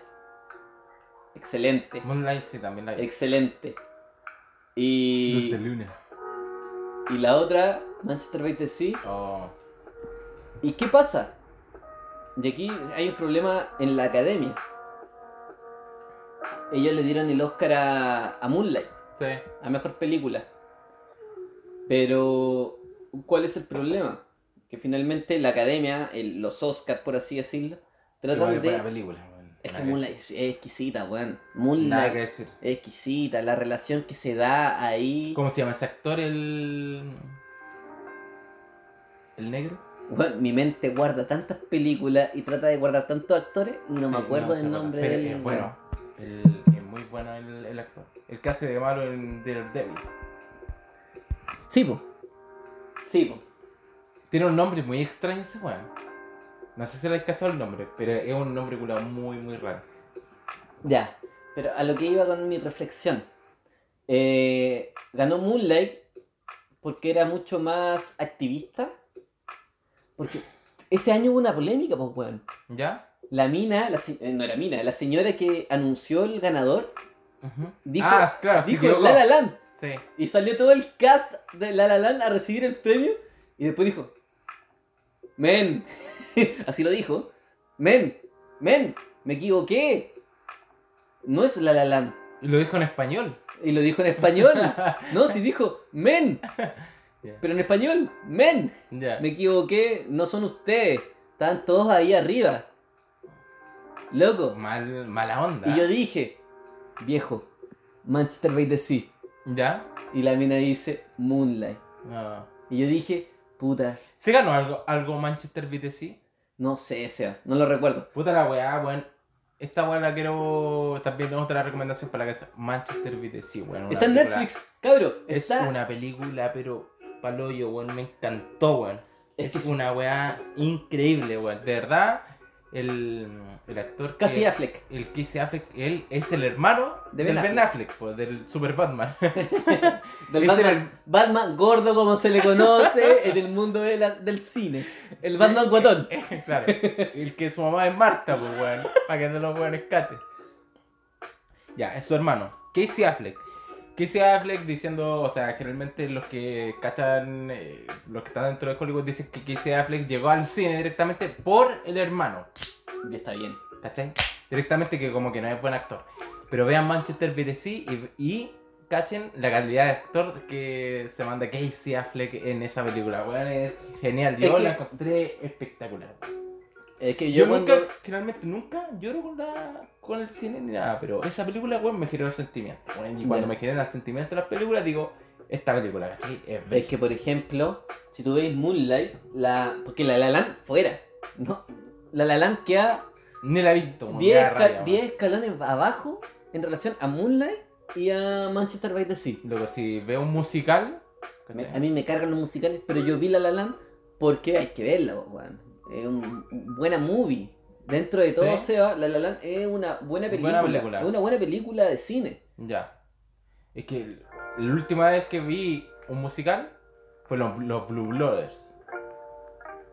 Speaker 2: excelente,
Speaker 1: Moonlight sí, también la vi.
Speaker 2: excelente.
Speaker 1: Luz de
Speaker 2: Y,
Speaker 1: luna.
Speaker 2: y la otra, Manchester by the Sea.
Speaker 1: Oh.
Speaker 2: ¿Y qué pasa? Y aquí hay un problema en la academia. Ellos le dieron el Oscar a, a Moonlight,
Speaker 1: Sí.
Speaker 2: a mejor película. Pero, ¿cuál es el problema? Que finalmente la academia, el- los Oscars, por así decirlo,
Speaker 1: Igual
Speaker 2: tratan
Speaker 1: es buena
Speaker 2: de.
Speaker 1: película. weón.
Speaker 2: Es que
Speaker 1: Nada
Speaker 2: Moonlight es es exquisita, weón.
Speaker 1: Nada que
Speaker 2: Moonlight
Speaker 1: decir.
Speaker 2: es exquisita, la relación que se da ahí.
Speaker 1: ¿Cómo se llama ese actor? El. El negro.
Speaker 2: Weón, mi mente guarda tantas películas y trata de guardar tantos actores y no me
Speaker 1: Sí,
Speaker 2: acuerdo
Speaker 1: se
Speaker 2: del
Speaker 1: acuerda,
Speaker 2: nombre
Speaker 1: pero
Speaker 2: del.
Speaker 1: Es bueno. El- es muy bueno el, el actor. El que hace de malo en Daredevil.
Speaker 2: Sí, po. Sí, po.
Speaker 1: Tiene un nombre muy extraño ese weón. No sé si le has cachado el nombre, pero es un nombre culiao muy, muy raro.
Speaker 2: Ya. Pero a lo que iba con mi reflexión. Eh, ganó Moonlight porque era mucho más activista. Porque ese año hubo una polémica, pues, weón.
Speaker 1: ¿Ya?
Speaker 2: La mina, la se- eh, no era mina, la señora que anunció el ganador
Speaker 1: Ujú.
Speaker 2: Dijo-
Speaker 1: ah, claro, sí,
Speaker 2: dijo
Speaker 1: equivocó.
Speaker 2: La La Land.
Speaker 1: Sí.
Speaker 2: Y salió todo el cast de La La Land a recibir el premio. Y después dijo: Men, así lo dijo: Men, men, me equivoqué. No es La La Land.
Speaker 1: Y lo dijo en español.
Speaker 2: Y lo dijo en español. No, si dijo: Men,
Speaker 1: Ya.
Speaker 2: pero en español: Men,
Speaker 1: Ya.
Speaker 2: me equivoqué. No son ustedes. Están todos ahí arriba. Loco.
Speaker 1: Mal, mala onda.
Speaker 2: Y yo dije: Viejo, Manchester by the Sea.
Speaker 1: ¿Ya?
Speaker 2: Y la mina dice: Moonlight.
Speaker 1: No.
Speaker 2: Y yo dije, puta,
Speaker 1: ¿Se ganó algo, algo Manchester BTC?
Speaker 2: no sé, Seba, no lo recuerdo.
Speaker 1: Puta la weá, weón. Esta weá la quiero. También tengo otra recomendación para la casa. Manchester BTC, weón. una
Speaker 2: está en
Speaker 1: película-
Speaker 2: Netflix, cabro.
Speaker 1: Es
Speaker 2: Está,
Speaker 1: una película, pero paloyo, weón. Me encantó, weón. Es
Speaker 2: es
Speaker 1: una weá increíble, weón. De verdad, el, el actor. que-
Speaker 2: Casi Affleck.
Speaker 1: El que hice Affleck, él es el hermano
Speaker 2: De Ben
Speaker 1: del Ben Affleck, pues, del Super Batman.
Speaker 2: Del
Speaker 1: Ese
Speaker 2: Batman,
Speaker 1: era
Speaker 2: Batman gordo como se le conoce en el mundo de la- del cine. El Batman guatón.
Speaker 1: claro, el que su mamá es Marta, pues, weón. Para que no lo weón escate. Ya, es su hermano, Casey Affleck. Casey Affleck diciendo, o sea, generalmente los que cachan, eh, los que están dentro de Hollywood dicen que Casey Affleck llegó al cine directamente por el hermano.
Speaker 2: Y está bien.
Speaker 1: ¿Cachai? Directamente que como que no es buen actor. Pero vean Manchester BTC y, y cachen la calidad de actor que se manda Casey Affleck en esa película. Weón, es genial. Yo
Speaker 2: Es que-
Speaker 1: la encontré espectacular.
Speaker 2: Es que
Speaker 1: Yo,
Speaker 2: yo,
Speaker 1: nunca,
Speaker 2: cuando-
Speaker 1: generalmente nunca lloro con, la, con el cine ni nada, pero esa película, weón, me generó sentimiento. weón, y cuando
Speaker 2: Ya.
Speaker 1: me generan sentimientos las películas, digo, esta película, ¿cachai? Es
Speaker 2: Es
Speaker 1: bella.
Speaker 2: que, por ejemplo, si tú veis Moonlight, la... porque la La Land fuera. No, la La Land queda
Speaker 1: Ni la he visto, weón, me
Speaker 2: 10
Speaker 1: da
Speaker 2: esca-
Speaker 1: rabia, weón.
Speaker 2: 10 escalones abajo en relación a Moonlight y a Manchester by the Sea.
Speaker 1: Luego, si veo un musical,
Speaker 2: Me-
Speaker 1: ¿cachai?
Speaker 2: a mí me cargan los musicales, pero yo vi La La Land porque hay que verla, po, weón. Es una buena movie. Dentro de todo,
Speaker 1: Sí.
Speaker 2: Seba, La La Land es una buena película.
Speaker 1: Buena película.
Speaker 2: Es una buena película de cine.
Speaker 1: Ya. Es que el- la última vez que vi un musical fue los, los Blue Brothers.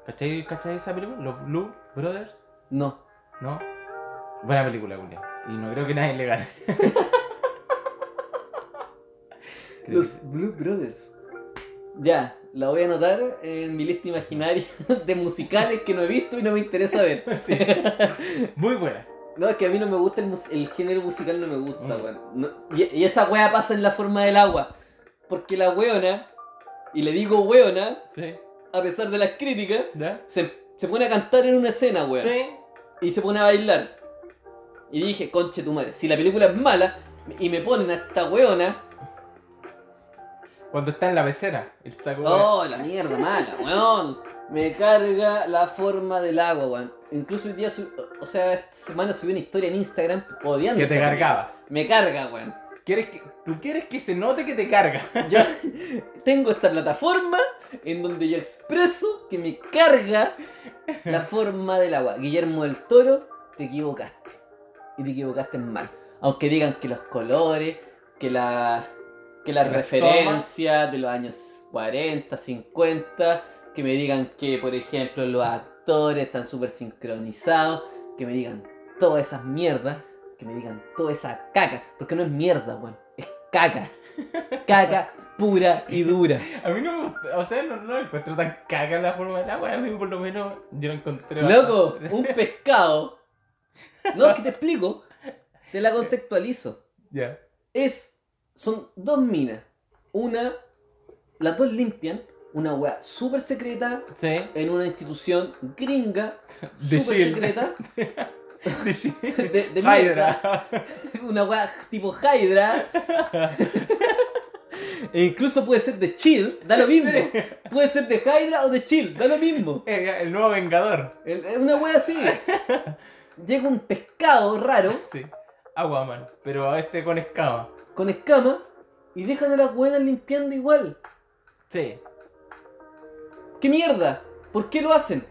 Speaker 1: ¿Cachai, ¿Cachai esa película? Los Blue Brothers,
Speaker 2: No.
Speaker 1: ¿no? Buena película, Julia. Y no creo que nadie le gane. Creo que-
Speaker 2: Blue Brothers. Eh, Ya, la voy a anotar en mi lista imaginaria de musicales que no he visto y no me interesa ver.
Speaker 1: Sí. Muy buena.
Speaker 2: No, es que a mí no me gusta el, mus- el género musical, no me gusta,
Speaker 1: Mm.
Speaker 2: weón. No- y, y esa wea pasa en la forma del agua. Porque la weona, y le digo weona,
Speaker 1: Sí.
Speaker 2: a pesar de las críticas,
Speaker 1: ¿Ya?
Speaker 2: se, se pone a cantar en una escena, weón.
Speaker 1: Sí.
Speaker 2: Y se pone a bailar. Y dije, conche tu madre, si la película es mala y me ponen a esta weona,
Speaker 1: Cuando está en la pecera, el saco. de-
Speaker 2: oh, la mierda mala, weón. Me carga la forma del agua, weón. Incluso hoy día, su- o sea, esta semana subí una historia en Instagram odiando.
Speaker 1: que te
Speaker 2: esa película.
Speaker 1: cargaba.
Speaker 2: Me carga, weón.
Speaker 1: ¿Quieres que, tú quieres que se note que te carga.
Speaker 2: Yo tengo esta plataforma en donde yo expreso que me carga la forma del agua. Guillermo del Toro, te equivocaste. Y te equivocaste mal. Aunque digan que los colores, que la, que la
Speaker 1: Las
Speaker 2: referencia de los años 40, 50, que me digan que, por ejemplo, los actores están súper sincronizados, que me digan todas esas mierdas, que me digan toda esa caca. Porque no es mierda, weón. Es caca. Caca pura y dura.
Speaker 1: A mí no me gusta, o sea, no, no encuentro tan caga la forma del agua. A mí por lo menos yo lo encontré.
Speaker 2: Loco,
Speaker 1: bastante-
Speaker 2: un pescado. No, es que te explico. Te la contextualizo.
Speaker 1: Ya.
Speaker 2: Es. Son dos minas. Una. Las dos limpian. Una weá súper secreta.
Speaker 1: Sí.
Speaker 2: En una institución gringa.
Speaker 1: De
Speaker 2: Súper
Speaker 1: Shield.
Speaker 2: secreta.
Speaker 1: De Shield.
Speaker 2: De, de mierda,
Speaker 1: Hydra.
Speaker 2: Una weá tipo Hydra. E incluso puede ser de Chill. Da lo mismo.
Speaker 1: Sí.
Speaker 2: Puede ser de Hydra o de Chill. Da lo mismo.
Speaker 1: Eh, El nuevo Vengador.
Speaker 2: El- es Una weá así. Llega un pescado raro.
Speaker 1: Sí. Aquaman. Pero este con escama.
Speaker 2: con escama y dejan a las buenas limpiando igual.
Speaker 1: Sí.
Speaker 2: ¡Qué mierda! ¿Por qué lo hacen?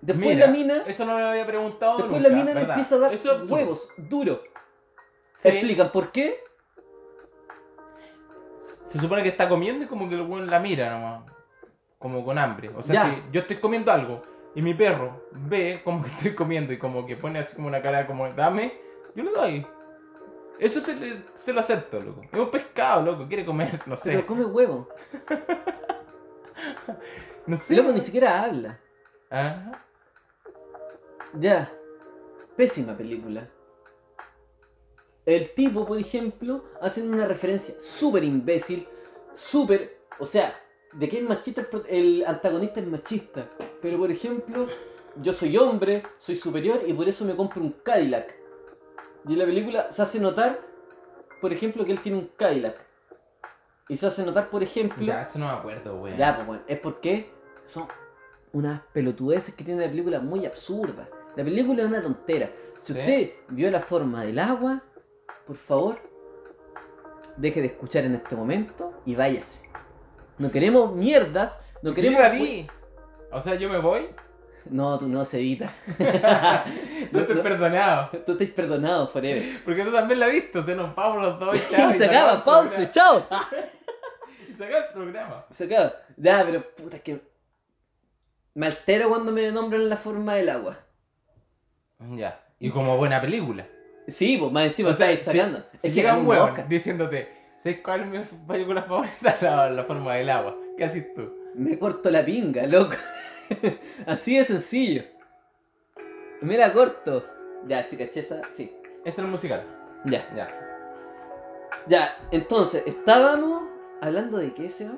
Speaker 2: Después
Speaker 1: Mira,
Speaker 2: la mina,
Speaker 1: Eso no me lo había preguntado.
Speaker 2: después
Speaker 1: nunca,
Speaker 2: la mina le
Speaker 1: ¿verdad?
Speaker 2: empieza a dar
Speaker 1: Eso es absurdo.
Speaker 2: huevos duro.
Speaker 1: Sí.
Speaker 2: Explican por qué.
Speaker 1: Se supone que está comiendo y como que el weón la mira nomás. Como con hambre. O sea,
Speaker 2: Ya.
Speaker 1: si yo estoy comiendo algo y mi perro ve como que estoy comiendo y como que pone así como una cara como dame, yo le doy. Eso te, le- se lo acepto, loco. Es un pescado, loco. Quiere comer, no sé.
Speaker 2: Pero come huevo.
Speaker 1: No sé. Ah,
Speaker 2: El loco ni siquiera habla.
Speaker 1: Ajá.
Speaker 2: Ya. Pésima película. El tipo, por ejemplo, hacen una referencia súper imbécil, súper... O sea, de que es machista el pro- el antagonista es machista. Pero, por ejemplo, yo soy hombre, soy superior y por eso me compro un Cadillac. Y en la película se hace notar, por ejemplo, que él tiene un Cadillac. Y se hace notar, por ejemplo...
Speaker 1: Ya, eso no me acuerdo, weón.
Speaker 2: Ya, pues bueno, es porque son unas pelotudeces que tiene la película muy absurda. La película es una tontera. Si
Speaker 1: Sí.
Speaker 2: usted vio la forma del agua, por favor, deje de escuchar en este momento y váyase. No queremos mierdas, no
Speaker 1: Yo
Speaker 2: queremos.
Speaker 1: la vi. O sea, yo me voy.
Speaker 2: No, tú no, Cevita.
Speaker 1: no te
Speaker 2: No, no.
Speaker 1: he perdonado.
Speaker 2: tú estás perdonado, forever.
Speaker 1: Porque tú también la has visto. Se nos vamos los dos. chao,
Speaker 2: Y se acaba,
Speaker 1: el
Speaker 2: pause,
Speaker 1: programa.
Speaker 2: chao.
Speaker 1: Y Se acaba el programa.
Speaker 2: Se acaba. Ya, pero puta, es que. Me altero cuando me nombran la forma del agua.
Speaker 1: Ya. Y como buena película.
Speaker 2: Sí, pues más encima
Speaker 1: O sea,
Speaker 2: estáis
Speaker 1: si-
Speaker 2: sacando.
Speaker 1: Es
Speaker 2: es
Speaker 1: que
Speaker 2: que
Speaker 1: llega
Speaker 2: ganó
Speaker 1: un
Speaker 2: un
Speaker 1: huevón
Speaker 2: Oscar.
Speaker 1: diciéndote, ¿sabes cuál es mi película favorita? La, la forma del agua. ¿Qué haces tú?
Speaker 2: Me corto la pinga, loco. Así de sencillo. Me la corto. Ya, si caché esa, sí.
Speaker 1: Es el musical.
Speaker 2: Ya,
Speaker 1: Ya.
Speaker 2: ya. Entonces, estábamos hablando de qué, Seba?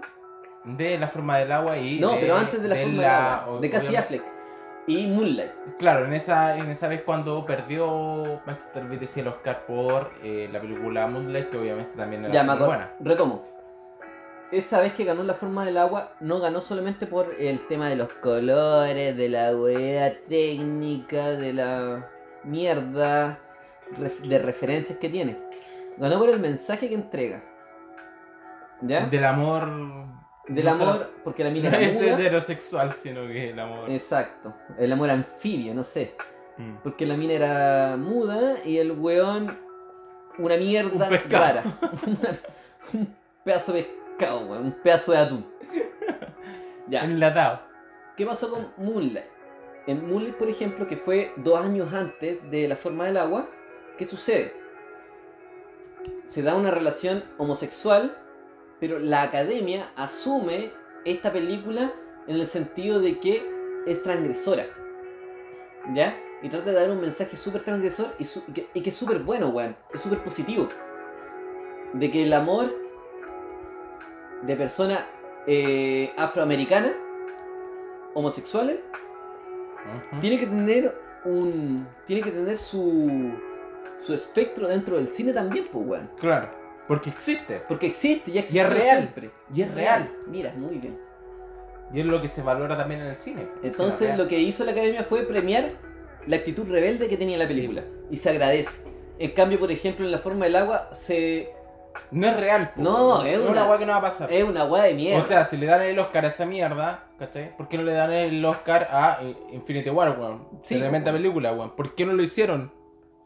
Speaker 1: De la forma del agua y.
Speaker 2: No,
Speaker 1: de-
Speaker 2: pero antes de la forma del agua,
Speaker 1: o-
Speaker 2: de Cassie
Speaker 1: obviamente-
Speaker 2: Affleck y Moonlight.
Speaker 1: Claro, en esa, en esa vez cuando perdió Manchester United sí, el Oscar por eh, la película Moonlight, que obviamente también era
Speaker 2: Ya, me
Speaker 1: súper
Speaker 2: acuerdo.
Speaker 1: buena.
Speaker 2: Retomo. Esa vez que ganó la forma del agua, no ganó solamente por el tema de los colores, de la hueá técnica, de la mierda ref- de referencias que tiene. Ganó por el mensaje que entrega. ¿Ya?
Speaker 1: Del amor.
Speaker 2: Del
Speaker 1: no
Speaker 2: amor, porque la
Speaker 1: solo-
Speaker 2: mina
Speaker 1: No
Speaker 2: era
Speaker 1: es
Speaker 2: muda.
Speaker 1: heterosexual, sino que el amor.
Speaker 2: Exacto. El amor anfibio, no sé.
Speaker 1: Mm.
Speaker 2: Porque la mina era muda y el weón una mierda
Speaker 1: Un pescado.
Speaker 2: rara. Una- un pedazo de pescado, weón. Un pedazo de atún. Ya.
Speaker 1: Enlatado.
Speaker 2: ¿Qué pasó con Moonlight? En Moonlight, por ejemplo, que fue dos años antes de la forma del agua, ¿qué sucede? Se da una relación homosexual, pero la academia asume esta película en el sentido de que es transgresora. ¿Ya? Y trata de dar un mensaje súper transgresor y, su- y que, y que es súper bueno, weón. Es súper positivo. De que el amor de persona eh, afroamericana, homosexuales,
Speaker 1: Ujú.
Speaker 2: tiene que tener un. Tiene que tener su. su espectro dentro del cine también, pues weón.
Speaker 1: Claro. Porque existe.
Speaker 2: Porque existe, ya existe
Speaker 1: real.
Speaker 2: siempre.
Speaker 1: Y es real.
Speaker 2: Mira, muy bien.
Speaker 1: Y es lo que se valora también en el cine.
Speaker 2: Entonces lo que hizo la academia fue premiar la actitud rebelde que tenía la película. Y se agradece. En cambio, por ejemplo, en la forma del agua se
Speaker 1: No es real, po,
Speaker 2: No,
Speaker 1: weón.
Speaker 2: es
Speaker 1: una
Speaker 2: una-
Speaker 1: weá que no va a pasar.
Speaker 2: es una weá de mierda.
Speaker 1: O sea, si le dan el Oscar a esa mierda, ¿cachai? ¿Por qué no le dan el Oscar a eh, Infinity War, weón?
Speaker 2: Sí,
Speaker 1: Tremenda
Speaker 2: weón.
Speaker 1: película, weón. ¿Por qué no lo hicieron?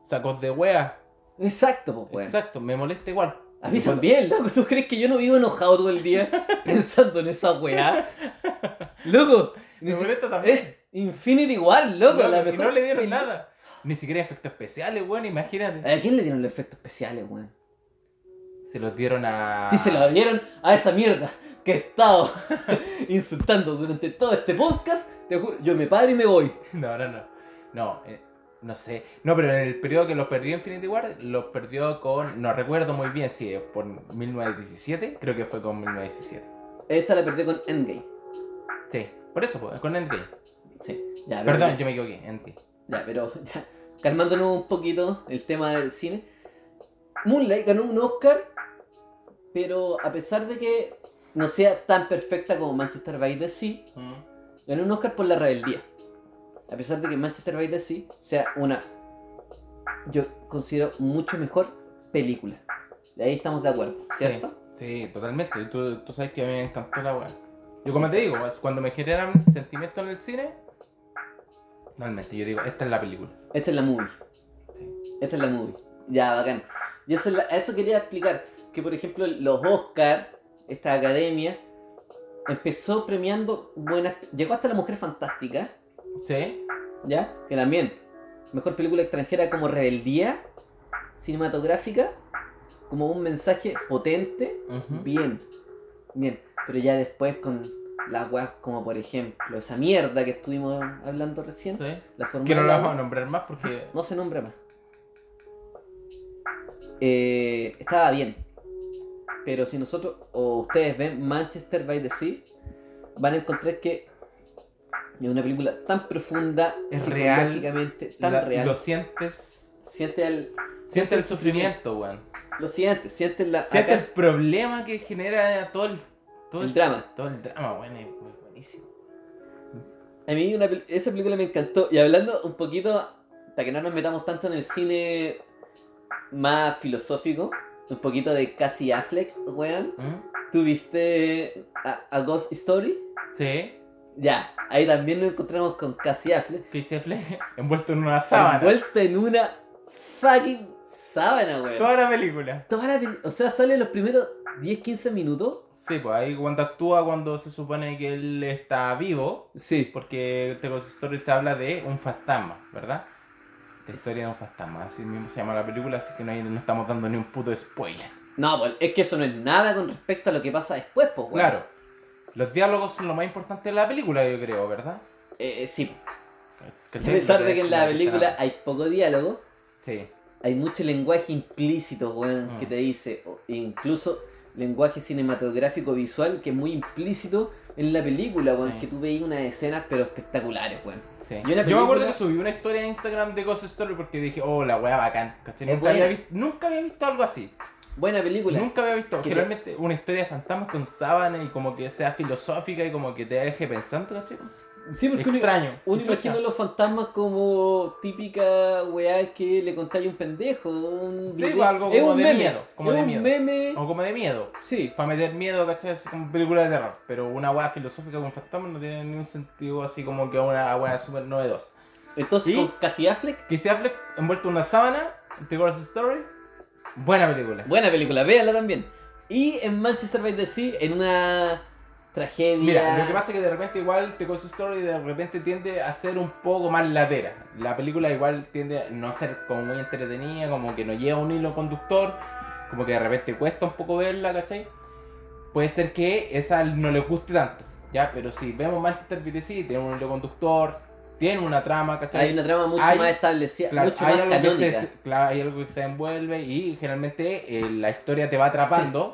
Speaker 1: Sacos de wea.
Speaker 2: Exacto, pues, weón.
Speaker 1: Exacto, me molesta igual.
Speaker 2: A mí
Speaker 1: Y cuando-
Speaker 2: también, loco. ¿Tú crees que yo no vivo enojado todo el día pensando en esa weá? Loco, ni
Speaker 1: Me
Speaker 2: si-
Speaker 1: molesta también.
Speaker 2: es Infinity War, loco.
Speaker 1: No,
Speaker 2: la
Speaker 1: y
Speaker 2: mejor
Speaker 1: no le dieron
Speaker 2: peli-
Speaker 1: nada. Ni siquiera efectos especiales, weón, imagínate.
Speaker 2: ¿A quién le dieron los efectos especiales, weón?
Speaker 1: Se los dieron a.
Speaker 2: Si se lo dieron a esa mierda que he estado insultando durante todo este podcast, te juro, yo me paro y me voy.
Speaker 1: No, no, no. No, eh, no sé. No, pero en el periodo que los perdió Infinity War, los perdió con. No recuerdo muy bien si es por 1917. Creo que fue con 1917.
Speaker 2: Esa la perdí con Endgame.
Speaker 1: Sí, por eso, pues, con Endgame.
Speaker 2: Sí, ya, pero-
Speaker 1: Perdón, yo me equivoqué. Endgame.
Speaker 2: Ya, pero ya, calmándonos un poquito el tema del cine. Moonlight ganó un Oscar, pero a pesar de que no sea tan perfecta como Manchester by the Sea, ganó un Oscar por la rebeldía. A pesar de que Manchester by the Sea sea una, yo considero mucho mejor película. De ahí estamos de acuerdo, ¿cierto?
Speaker 1: Sí, totalmente. Tú, tú sabes que a mí me encantó la weá. Yo, como te digo, pues, cuando me generan sentimientos en el cine, realmente yo digo, esta es la película.
Speaker 2: Esta es la movie. Esta es la movie. Ya, bacán. Y eso, es la- eso quería explicar. Que por ejemplo, los Oscar, esta academia, empezó premiando buenas. Llegó hasta La Mujer Fantástica,
Speaker 1: Sí,
Speaker 2: ¿ya? Que también. Mejor película extranjera como rebeldía cinematográfica, como un mensaje potente.
Speaker 1: ujú.
Speaker 2: Bien, bien. Pero ya después con las weas, como por ejemplo, esa mierda que estuvimos hablando recién.
Speaker 1: sí.
Speaker 2: La forma
Speaker 1: Que no
Speaker 2: del
Speaker 1: la
Speaker 2: agua.
Speaker 1: vamos a nombrar más porque.
Speaker 2: No se nombra más. Eh, estaba bien. Pero si nosotros o ustedes ven Manchester by the Sea, van a encontrar que es una película tan profunda,
Speaker 1: Es real.
Speaker 2: psicológicamente, tan
Speaker 1: la-
Speaker 2: real.
Speaker 1: Lo sientes.
Speaker 2: Siente el,
Speaker 1: Siente el sufrimiento, weón.
Speaker 2: lo siguiente, siente la,
Speaker 1: Siente
Speaker 2: acá
Speaker 1: el problema que genera todo el, todo
Speaker 2: el drama.
Speaker 1: Todo el drama, weón. Es bu- buenísimo.
Speaker 2: A mí una pel- esa película me encantó. Y hablando un poquito, para que no nos metamos tanto en el cine más filosófico, un poquito de Cassie Affleck, weón.
Speaker 1: ¿Mm?
Speaker 2: ¿Tuviste a, a Ghost Story?
Speaker 1: Sí.
Speaker 2: Ya, ahí también nos encontramos con Cassie Affleck.
Speaker 1: Casey Affleck envuelto en una sábana.
Speaker 2: Envuelta en una fucking sábana, weón.
Speaker 1: Toda la película.
Speaker 2: Toda la peli- o sea, sale en los primeros 10-15 minutos.
Speaker 1: Sí, pues ahí cuando actúa, cuando se supone que él está vivo,
Speaker 2: Sí.
Speaker 1: porque The Ghost Story se habla de un fantasma, ¿verdad? La historia de un fantasma, así mismo se llama la película, así que no, hay- no estamos dando ni un puto spoiler.
Speaker 2: No, pues es que eso no es nada con respecto a lo que pasa después, pues, weón.
Speaker 1: Claro, los diálogos son lo más importante de la película, yo creo, ¿verdad?
Speaker 2: Eh, eh, sí.
Speaker 1: Que
Speaker 2: A
Speaker 1: sí,
Speaker 2: pesar
Speaker 1: lo
Speaker 2: de que en la
Speaker 1: lo
Speaker 2: película
Speaker 1: está-
Speaker 2: hay poco diálogo,
Speaker 1: Sí,
Speaker 2: hay mucho lenguaje implícito, weón,
Speaker 1: Mm.
Speaker 2: que te dice, o incluso lenguaje cinematográfico visual que es muy implícito en la película, weón,
Speaker 1: Sí.
Speaker 2: que tú veías unas escenas pero espectaculares, weón.
Speaker 1: sí.
Speaker 2: Y una
Speaker 1: Yo me acuerdo
Speaker 2: película-
Speaker 1: que subí una historia en Instagram de Ghost Story porque dije, oh, la wea bacán, ¿cachai?
Speaker 2: Es
Speaker 1: Nunca había,
Speaker 2: buena.
Speaker 1: visto, nunca había visto algo así.
Speaker 2: Buena película.
Speaker 1: Nunca había visto.
Speaker 2: Que te-
Speaker 1: Generalmente una historia de fantasmas con sábana y como que sea filosófica y como que te deje pensando, ¿cachai?
Speaker 2: Sí, porque uno-
Speaker 1: Extraño.
Speaker 2: uno,
Speaker 1: Chucha.
Speaker 2: imagina los fantasmas como típica weá que le contáis a un pendejo. Un
Speaker 1: Sí, pues, algo como de miedo, como
Speaker 2: es
Speaker 1: de
Speaker 2: un
Speaker 1: miedo.
Speaker 2: meme.
Speaker 1: O como de miedo.
Speaker 2: Sí.
Speaker 1: Para meter miedo, ¿cachai? Así como película de terror. Pero una weá filosófica con fantasmas no tiene ningún sentido así como que una weá súper novedosa.
Speaker 2: Entonces,
Speaker 1: ¿Y?
Speaker 2: con Cassie Affleck,
Speaker 1: Casey Affleck envuelto en una sábana, The Ghost Story, buena película.
Speaker 2: buena película, véala también. Y en Manchester by the Sea, en una tragedia.
Speaker 1: Mira, lo que pasa es que de repente igual The Ghost Story de repente tiende a ser un poco más latera. La película igual tiende a no ser como muy entretenida, como que no lleva un hilo conductor, como que de repente cuesta un poco verla, ¿cachai? Puede ser que esa no les guste tanto, ¿ya? Pero si vemos Manchester by the Sea, tiene un hilo conductor, tiene una trama, ¿cachai?
Speaker 2: Hay una trama mucho
Speaker 1: Hay-
Speaker 2: más establecida,
Speaker 1: Claro,
Speaker 2: mucho más
Speaker 1: algo que se-
Speaker 2: canónica.
Speaker 1: claro, hay algo que se envuelve y generalmente eh, la historia te va atrapando.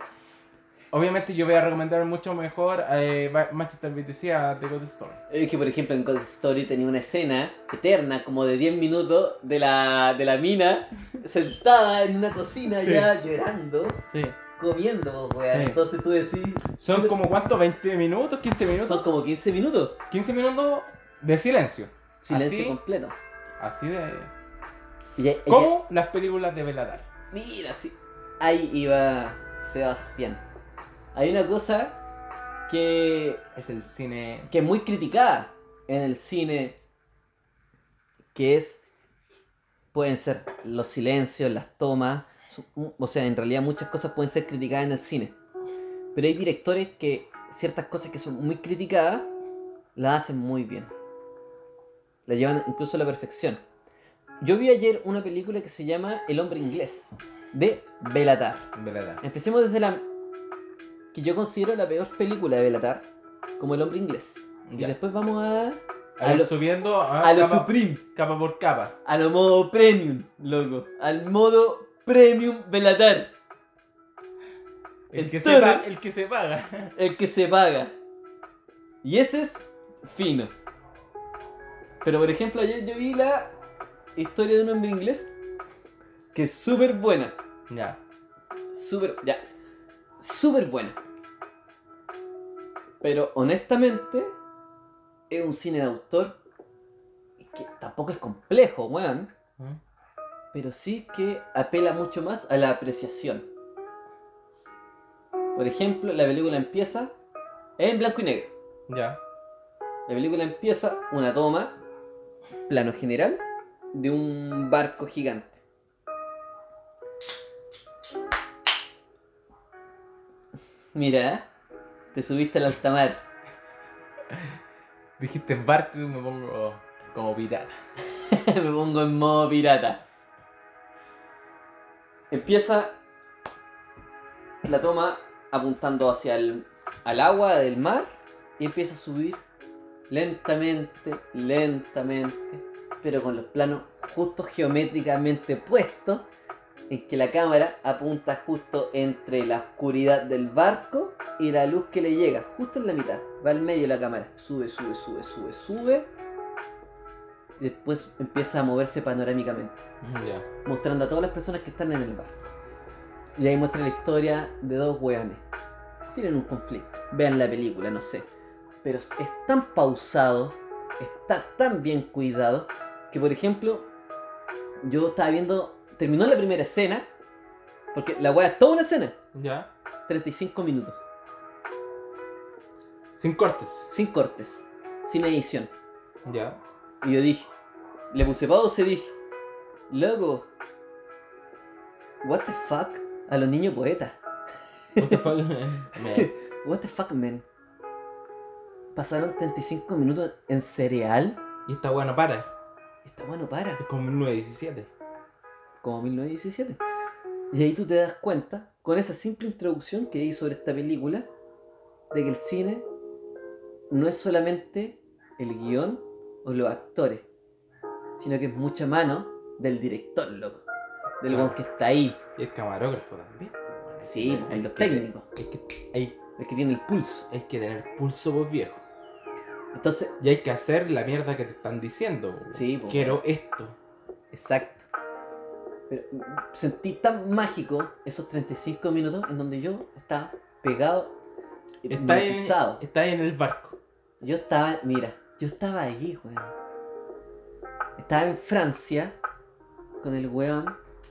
Speaker 1: Obviamente yo voy a recomendar mucho mejor eh, Ba- Manchester BTC a The Good Story.
Speaker 2: Es que, por ejemplo, en Ghost Story tenía una escena eterna, como de 10 minutos, de la, de la mina sentada en una cocina
Speaker 1: Sí.
Speaker 2: ya llorando, comiendo, pues, weón.
Speaker 1: Sí.
Speaker 2: Entonces tú decís,
Speaker 1: Son como cuánto, 20 minutos, 15 minutos.
Speaker 2: son como 15 minutos,
Speaker 1: 15 minutos de silencio. ¿Ah,
Speaker 2: silencio
Speaker 1: Así.
Speaker 2: completo.
Speaker 1: Así de...
Speaker 2: Y ya- y ya-
Speaker 1: Como las películas de Beladar.
Speaker 2: Mira, sí. Ahí iba Sebastián. Hay una cosa que,
Speaker 1: Es el cine.
Speaker 2: que es muy criticada en el cine, que es, pueden ser los silencios, las tomas, su- o sea, en realidad muchas cosas pueden ser criticadas en el cine. Pero hay directores que ciertas cosas que son muy criticadas, las hacen muy bien. La llevan incluso a la perfección. Yo vi ayer una película que se llama El hombre inglés, de Belatar.
Speaker 1: Beladar.
Speaker 2: Empecemos desde la que yo considero la peor película de Belatar, como El hombre inglés. Y
Speaker 1: Ya. Ah,
Speaker 2: después vamos a
Speaker 1: A
Speaker 2: a
Speaker 1: lo,
Speaker 2: lo-
Speaker 1: subiendo a,
Speaker 2: a lo
Speaker 1: capa,
Speaker 2: supreme,
Speaker 1: capa por capa.
Speaker 2: a lo modo premium, loco, al modo premium Belatar,
Speaker 1: El que, se
Speaker 2: Entonces-
Speaker 1: paga, el que se paga.
Speaker 2: el que se paga. Y ese es fino. Pero por ejemplo, ayer yo vi la historia de un hombre inglés que es súper buena.
Speaker 1: Ya.
Speaker 2: Súper, ya. Súper buena. Pero honestamente, es un cine de autor que tampoco es complejo, weón.
Speaker 1: ¿Mm?
Speaker 2: Pero sí que apela mucho más a la apreciación. Por ejemplo, la película empieza en blanco y negro.
Speaker 1: Ya.
Speaker 2: La película empieza una toma, plano general, de un barco gigante. Mira, te subiste al altamar.
Speaker 1: Dijiste barco y me pongo como pirata.
Speaker 2: Me pongo en modo pirata. Empieza la toma apuntando hacia el al agua del mar y empieza a subir lentamente, lentamente, pero con los planos justo geométricamente puestos en que la cámara apunta justo entre la oscuridad del barco y la luz que le llega, justo en la mitad. Va al medio la cámara, sube, sube, sube, sube, sube. Y después empieza a moverse panorámicamente,
Speaker 1: Ya.
Speaker 2: mostrando a todas las personas que están en el barco. Y ahí muestra la historia de dos weones. Tienen un conflicto. Vean la película, no sé. Pero es tan pausado, está tan bien cuidado, que por ejemplo, yo estaba viendo, terminó la primera escena, porque la weá es toda una escena,
Speaker 1: Ya.
Speaker 2: 35 minutos,
Speaker 1: Sin cortes.
Speaker 2: sin cortes, sin edición.
Speaker 1: Ya.
Speaker 2: Y yo dije, le puse pausa y dije, loco, what the fuck a los niños poetas,
Speaker 1: What the fuck? Me-
Speaker 2: what the fuck man. Pasaron 35 minutos en cereal
Speaker 1: Y esta bueno para.
Speaker 2: y está bueno para,
Speaker 1: Es como 1917.
Speaker 2: como 1917. Y ahí tú te das cuenta, con esa simple introducción que di sobre esta película, de que el cine no es solamente el guión o los actores, sino que es mucha mano del director, loco, del
Speaker 1: Claro.
Speaker 2: weón que está ahí.
Speaker 1: Y el camarógrafo también. pues,
Speaker 2: Sí, hay los
Speaker 1: que-
Speaker 2: técnicos,
Speaker 1: Hay que, hay,
Speaker 2: el que tiene el pulso.
Speaker 1: hay que tener pulso vos viejo.
Speaker 2: Entonces,
Speaker 1: Y hay que hacer la mierda que te están diciendo. po.
Speaker 2: Sí, pues, po.
Speaker 1: Quiero esto.
Speaker 2: exacto. Pero mm, sentí tan mágico esos 35 minutos en donde yo estaba pegado, eh,
Speaker 1: Está en,
Speaker 2: hipnotizado.
Speaker 1: está en el barco.
Speaker 2: Yo estaba, mira, yo estaba ahí, weón. Estaba en Francia con el weón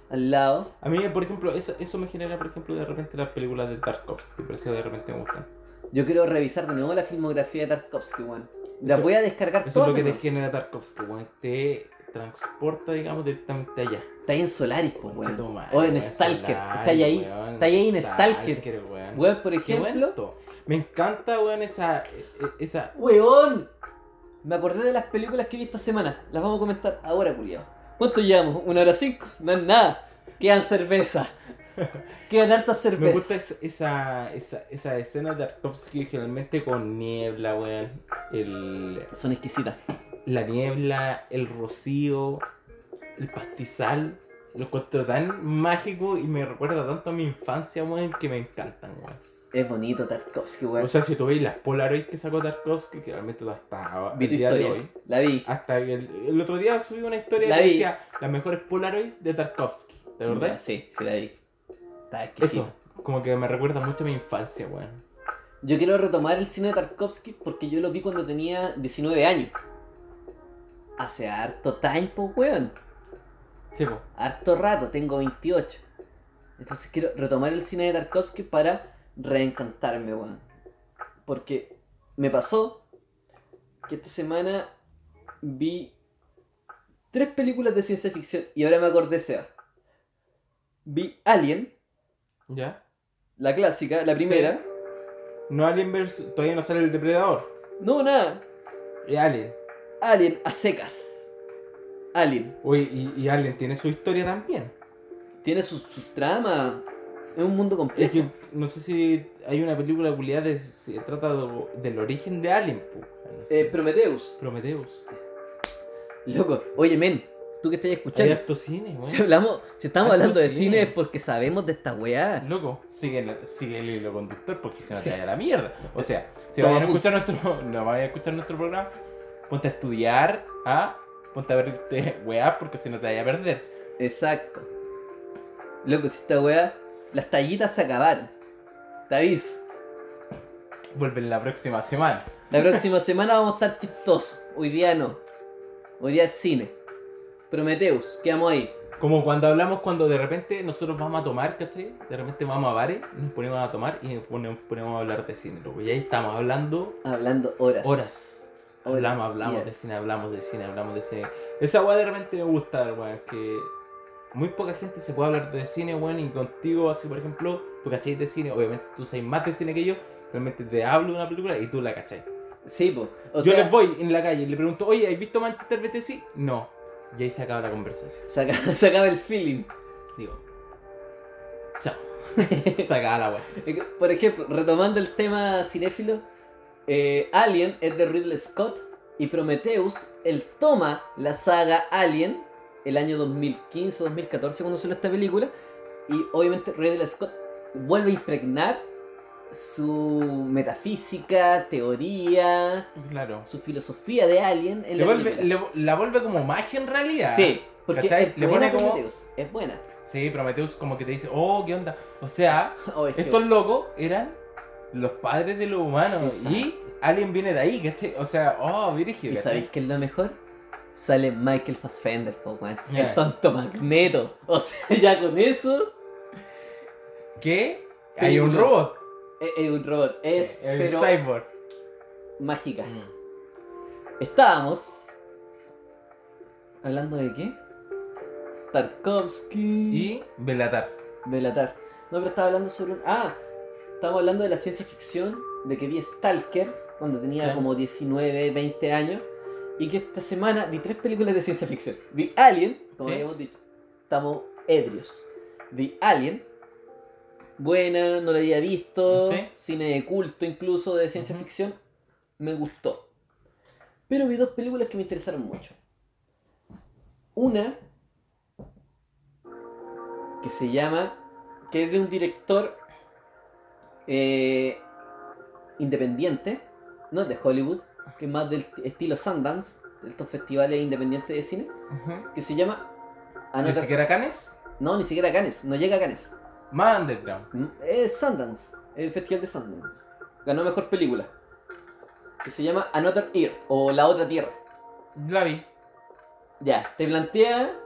Speaker 2: al lado.
Speaker 1: A mí, por ejemplo, eso, eso me genera, por ejemplo, de repente las películas de Tarkovsky, por eso de repente me gustan.
Speaker 2: Yo quiero revisar de nuevo la filmografía de Tarkovsky, weón. La
Speaker 1: Eso-
Speaker 2: voy a descargar
Speaker 1: Eso es
Speaker 2: toda.
Speaker 1: lo que te
Speaker 2: weón.
Speaker 1: genera Tarkovsky, weón. Te transporta, digamos, directamente allá.
Speaker 2: Está ahí en Solaris, pues,
Speaker 1: Concha tu
Speaker 2: weón.
Speaker 1: madre,
Speaker 2: O en
Speaker 1: weón,
Speaker 2: Stalker,
Speaker 1: Solaris,
Speaker 2: está ahí, ahí.
Speaker 1: weón,
Speaker 2: está ahí en Stalker.
Speaker 1: weón.
Speaker 2: Weón, por
Speaker 1: Qué
Speaker 2: ejemplo,
Speaker 1: buen to- Me encanta, weón, esa, e- esa...
Speaker 2: ¡Weón! Me acordé de las películas que vi esta semana. Las vamos a comentar ahora, culiao. ¿Cuánto llevamos? ¿Una hora cinco? No es nada. Quedan cerveza. Quedan hartas
Speaker 1: Me
Speaker 2: cervezas.
Speaker 1: gusta es- esa, esa, esa escena de Tarkovsky generalmente con niebla, weón. El,
Speaker 2: Son exquisitas.
Speaker 1: la niebla, el rocío, el pastizal. Lo encuentro tan mágico y me recuerda tanto a mi infancia, weón, que me encantan, weón.
Speaker 2: Es bonito Tarkovsky, weón.
Speaker 1: O sea, si tú veis las Polaroid que sacó Tarkovsky, que realmente hasta
Speaker 2: vi
Speaker 1: el
Speaker 2: tu
Speaker 1: día de
Speaker 2: historia.
Speaker 1: hoy.
Speaker 2: La vi.
Speaker 1: Hasta que el, el otro día subí una historia
Speaker 2: La
Speaker 1: que
Speaker 2: vi.
Speaker 1: decía las mejores Polaroids de Tarkovsky, ¿te
Speaker 2: Ya,
Speaker 1: acordás?
Speaker 2: Sí, sí la vi. Está exquisito.
Speaker 1: Eso, como que me recuerda mucho a mi infancia, weón.
Speaker 2: Yo quiero retomar el cine de Tarkovsky porque yo lo vi cuando tenía 19 años. Hace harto tiempo, weón.
Speaker 1: Sí, po.
Speaker 2: harto rato, tengo 28. Entonces quiero retomar el cine de Tarkovsky para reencantarme, weón. Porque me pasó que esta semana vi tres películas de ciencia ficción y ahora me acordé, Seba. Vi Alien,
Speaker 1: ¿Ya?
Speaker 2: la clásica, la primera.
Speaker 1: No Alien vs. Todavía no sale el depredador.
Speaker 2: No, nada.
Speaker 1: Es Alien.
Speaker 2: Alien a secas. Alien.
Speaker 1: Uy, y, y Alien tiene su historia también.
Speaker 2: Tiene sus su trama. Es un mundo
Speaker 1: Es
Speaker 2: complejo.
Speaker 1: que no sé si hay una película culiada que se trata do- del origen de Alien, po. No sé.
Speaker 2: Eh, Prometheus.
Speaker 1: Prometheus.
Speaker 2: Loco, oye, men, tú que estás
Speaker 1: Hay
Speaker 2: escuchando.
Speaker 1: harto cine, weón.
Speaker 2: Si, hablamos, si estamos
Speaker 1: Harto
Speaker 2: hablando de
Speaker 1: cine.
Speaker 2: cine es porque sabemos de esta weá.
Speaker 1: Loco, sigue, la- sigue el hilo conductor porque si no
Speaker 2: Sí.
Speaker 1: te vaya a la mierda. O sea, si
Speaker 2: Toma
Speaker 1: vayan a escuchar nuestro, no vayan a escuchar nuestro programa, ponte a estudiar, ¿ah? ponte a verte weá porque si no te vaya a perder.
Speaker 2: Exacto. Loco, si esta weá. Las tallitas se acabaron. Te aviso.
Speaker 1: Vuelven la próxima semana.
Speaker 2: La próxima semana vamos a estar chistosos. Hoy día no. Hoy día es cine. Prometheus, quedamos ahí.
Speaker 1: Como cuando hablamos cuando de repente nosotros vamos a tomar, ¿cachai? De repente vamos a bares, nos ponemos a tomar y nos ponemos, ponemos a hablar de cine. Loco. Y ahí estamos hablando
Speaker 2: Hablando horas.
Speaker 1: horas.
Speaker 2: Horas,
Speaker 1: Hablamos, hablamos
Speaker 2: yeah.
Speaker 1: de cine, hablamos de cine, hablamos de cine. Esa weá de repente me gusta, weón, que muy poca gente se puede hablar de cine, weón, y contigo, así por ejemplo, tú cacháis de cine, obviamente tú sabes más de cine que yo, realmente te hablo de una película y tú la cacháis.
Speaker 2: Sí, po. O
Speaker 1: yo
Speaker 2: sea,
Speaker 1: les voy en la calle y le pregunto, oye, ¿has visto Manchester by the Sea? No. Y ahí se acaba la conversación.
Speaker 2: se acaba- se acaba el feeling.
Speaker 1: Digo, chao. se acaba la weá.
Speaker 2: Por ejemplo, retomando el tema cinéfilo, eh, Alien es de Ridley Scott y Prometheus, él toma la saga Alien el año 2015-2014 cuando salió esta película y obviamente Ridley Scott vuelve a impregnar su metafísica, teoría,
Speaker 1: Claro.
Speaker 2: su filosofía de Alien en
Speaker 1: Le
Speaker 2: la
Speaker 1: vuelve-
Speaker 2: película.
Speaker 1: le- la vuelve como magia en realidad.
Speaker 2: Sí, porque
Speaker 1: ¿Cachai?
Speaker 2: es
Speaker 1: Le
Speaker 2: buena
Speaker 1: pone como-
Speaker 2: Prometheus, es buena.
Speaker 1: Sí, Prometheus como que te dice, oh, ¿qué onda? O sea,
Speaker 2: Oh, es que-
Speaker 1: Estos locos eran los padres de los humanos
Speaker 2: Exacto.
Speaker 1: y alguien viene de ahí, ¿cachai? O sea, oh, virgen.
Speaker 2: ¿Y sabéis qué es lo mejor? Sale Michael Fassbender, po, weón.
Speaker 1: Ya.
Speaker 2: El tonto magneto. O sea, ya con eso
Speaker 1: Que hay un
Speaker 2: Película.
Speaker 1: robot.
Speaker 2: es, e-, es un robot. Es,
Speaker 1: el
Speaker 2: pero,
Speaker 1: cyborg.
Speaker 2: mágica.
Speaker 1: Mm.
Speaker 2: Estábamos. ¿Hablando de qué? Tarkovsky.
Speaker 1: Y Belatar.
Speaker 2: Belatar. No, pero estaba hablando sobre un. Ah, estábamos hablando de la ciencia ficción. De que vi Stalker cuando tenía
Speaker 1: Sí.
Speaker 2: como 19, 20 años. Y que esta semana vi tres películas de ciencia ficción. Vi Alien, como
Speaker 1: Sí.
Speaker 2: habíamos dicho. Estamos ebrios. Vi Alien. Buena, no la había visto.
Speaker 1: Sí.
Speaker 2: Cine de culto, incluso de ciencia
Speaker 1: Ujú.
Speaker 2: ficción. Me gustó. Pero vi dos películas que me interesaron mucho. Una que se llama, que es de un director eh, independiente, no es de Hollywood, que es más del estilo Sundance, de estos festivales independientes de cine,
Speaker 1: Ujú.
Speaker 2: que se llama
Speaker 1: Ni
Speaker 2: Another-
Speaker 1: siquiera Canes.
Speaker 2: No, ni siquiera Cannes, no llega a Cannes.
Speaker 1: Más underground.
Speaker 2: Mm, Es Sundance, el festival de Sundance. Ganó mejor película. Que se llama Another Earth, o La Otra Tierra.
Speaker 1: La vi.
Speaker 2: Ya, te plantea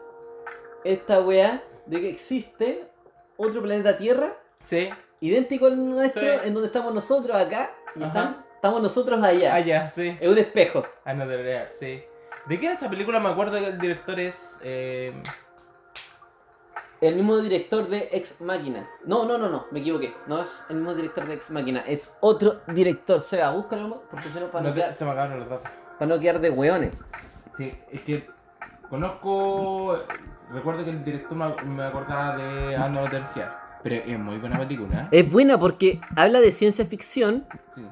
Speaker 2: esta weá de que existe otro planeta Tierra
Speaker 1: Sí.
Speaker 2: idéntico al nuestro,
Speaker 1: Sí.
Speaker 2: en donde estamos nosotros acá y
Speaker 1: Ajá.
Speaker 2: están- estamos nosotros allá.
Speaker 1: Ah, ya, sí.
Speaker 2: Es un espejo.
Speaker 1: Another Earth, sí. ¿De qué era esa película? Me acuerdo que el director es. eh,
Speaker 2: El mismo director de Ex Máquina. No, no, no, no, me equivoqué. No es el mismo director de Ex Máquina, es otro director. Seba, búscalo porque si no, para
Speaker 1: no
Speaker 2: no,
Speaker 1: te-
Speaker 2: quedar,
Speaker 1: se me acabaron los datos.
Speaker 2: para no quedar de weones.
Speaker 1: Sí, es que conozco. Recuerdo que el director me- me acordaba de Another Earth. Pero es muy buena película. ¿eh?
Speaker 2: Es buena porque habla de ciencia ficción,
Speaker 1: Sí.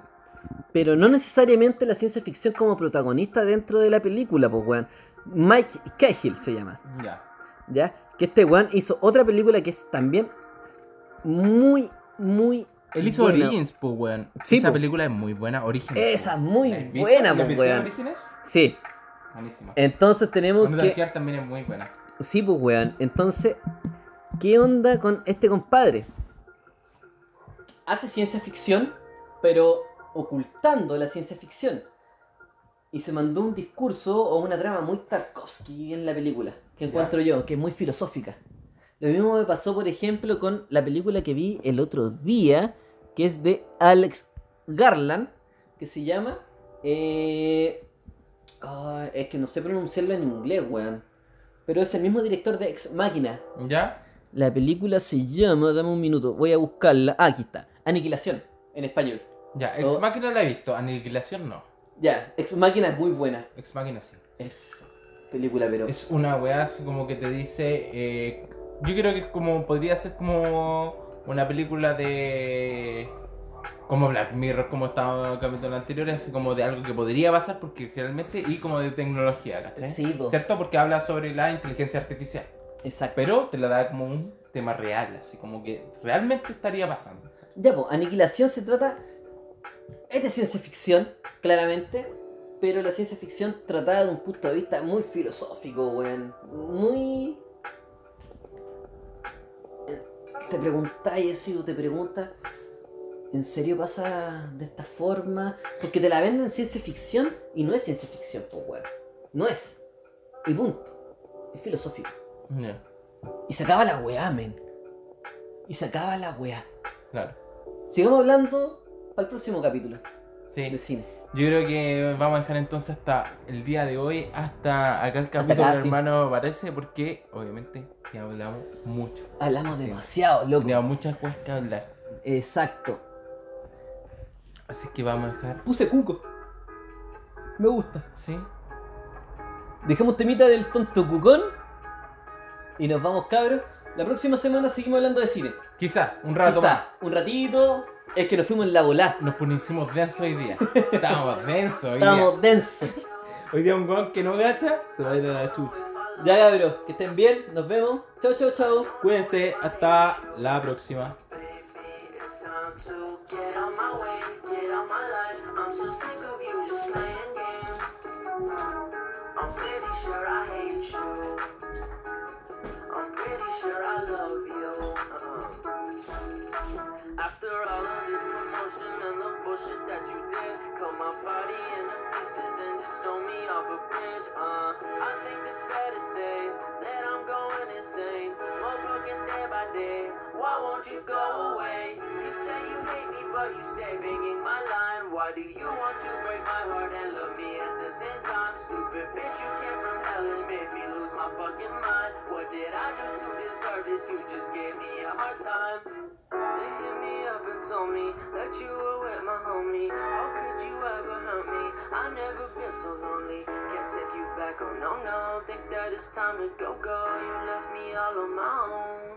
Speaker 2: pero no necesariamente la ciencia ficción como protagonista dentro de la película, pues weón. Mike Cahill se llama.
Speaker 1: Ya.
Speaker 2: ¿ya? Que este weón hizo otra película que es también muy, muy.
Speaker 1: Él hizo
Speaker 2: buena.
Speaker 1: Origins, pues, weón.
Speaker 2: Sí,
Speaker 1: Esa
Speaker 2: po.
Speaker 1: película es muy buena. Origins.
Speaker 2: Esa es
Speaker 1: weón.
Speaker 2: muy
Speaker 1: ¿La has visto?
Speaker 2: buena,
Speaker 1: ¿La has
Speaker 2: pues,
Speaker 1: visto en
Speaker 2: weón.
Speaker 1: Origins?
Speaker 2: Sí,
Speaker 1: Buenísima.
Speaker 2: entonces tenemos
Speaker 1: Another
Speaker 2: que.
Speaker 1: Earth también es muy buena.
Speaker 2: Sí, pues weón. Entonces, ¿qué onda con este compadre? Hace ciencia ficción, pero ocultando la ciencia ficción. y se mandó un discurso o una trama muy Tarkovsky en la película,
Speaker 1: Ya.
Speaker 2: que encuentro yo, que es muy filosófica. Lo mismo me pasó, por ejemplo, con la película que vi el otro día, que es de Alex Garland, que se llama... eh, ah, es que no sé pronunciarlo en inglés, weón. Pero es el mismo director de Ex Máquina.
Speaker 1: ¿Ya?
Speaker 2: La película se llama, dame un minuto, voy a buscarla. Ah, aquí está. Aniquilación, en español.
Speaker 1: Ya, Ex
Speaker 2: Oh.
Speaker 1: Máquina la he visto, Aniquilación no.
Speaker 2: Ya, Ex Máquina es muy buena.
Speaker 1: Ex Máquina sí.
Speaker 2: Es película, pero...
Speaker 1: Es una weá así como que te dice. eh, yo creo que es como. Podría ser como. Una película de. Como Black Mirror, como estaba en el capítulo anterior, así como de algo que podría pasar, porque realmente. Y como de tecnología, ¿cachai?
Speaker 2: Sí, po.
Speaker 1: ¿Cierto? Porque habla sobre la inteligencia artificial.
Speaker 2: Exacto.
Speaker 1: Pero te la da como un tema real, así como que realmente estaría pasando.
Speaker 2: Ya, pues, Aniquilación se trata. Es de ciencia ficción, claramente. Pero la ciencia ficción tratada de un punto de vista muy filosófico, weón. Muy. eh, Te preguntáis así, o te preguntas. ¿En serio pasa de esta forma? Porque te la venden ciencia ficción y no es ciencia ficción, pues, weón. No es. Y punto. Es filosófico.
Speaker 1: Ya,
Speaker 2: Y se acaba la weá, men. Y se acaba la weá.
Speaker 1: claro.
Speaker 2: Sigamos hablando para el próximo capítulo
Speaker 1: Sí.
Speaker 2: de cine.
Speaker 1: Yo creo que vamos a dejar entonces hasta el día de hoy, hasta acá el capítulo,
Speaker 2: acá, sí.
Speaker 1: hermano, parece, porque obviamente que hablamos mucho.
Speaker 2: Hablamos
Speaker 1: Sí.
Speaker 2: demasiado, loco.
Speaker 1: Teníamos muchas cosas que hablar.
Speaker 2: Exacto.
Speaker 1: Así que vamos a dejar.
Speaker 2: Puse Cuco. Me gusta.
Speaker 1: Sí,
Speaker 2: Dejamos temita del tonto Cucón. Y nos vamos, cabros. La próxima semana seguimos hablando de cine.
Speaker 1: quizás, un rato
Speaker 2: Quizá
Speaker 1: más.
Speaker 2: un ratito. Es que nos fuimos en la volá.
Speaker 1: Nos pusimos densos hoy día. Estábamos densos hoy día.
Speaker 2: Estábamos densos.
Speaker 1: Hoy día un gol que no gacha se va a ir a la chucha.
Speaker 2: Ya, cabros. Que estén bien. Nos vemos. Chau, chau, chau.
Speaker 1: Cuídense, hasta la próxima.
Speaker 3: It's time to get on my way, get on my life. I'm so sick of you just playing games. I'm pretty sure I hate you. I'm pretty sure I love you. Uh-uh. After all of this commotion and the bullshit that you did, cut my body into pieces and just throw me off a bridge. Uh, I think it's fair to say that I'm going insane. More broken day by day. Why won't you go away? You say you hate me, but you stay banging my line. Why do you want to break my heart and love me at the same time? Stupid bitch, you came from hell and made me lose my fucking mind. What did I do to deserve this? You just gave me a hard time. They hit me up and told me that you were with my homie. How could you ever hurt me? I never been so lonely. Can't take you back, oh no, no. Think that it's time to go, go. You left me all on my own.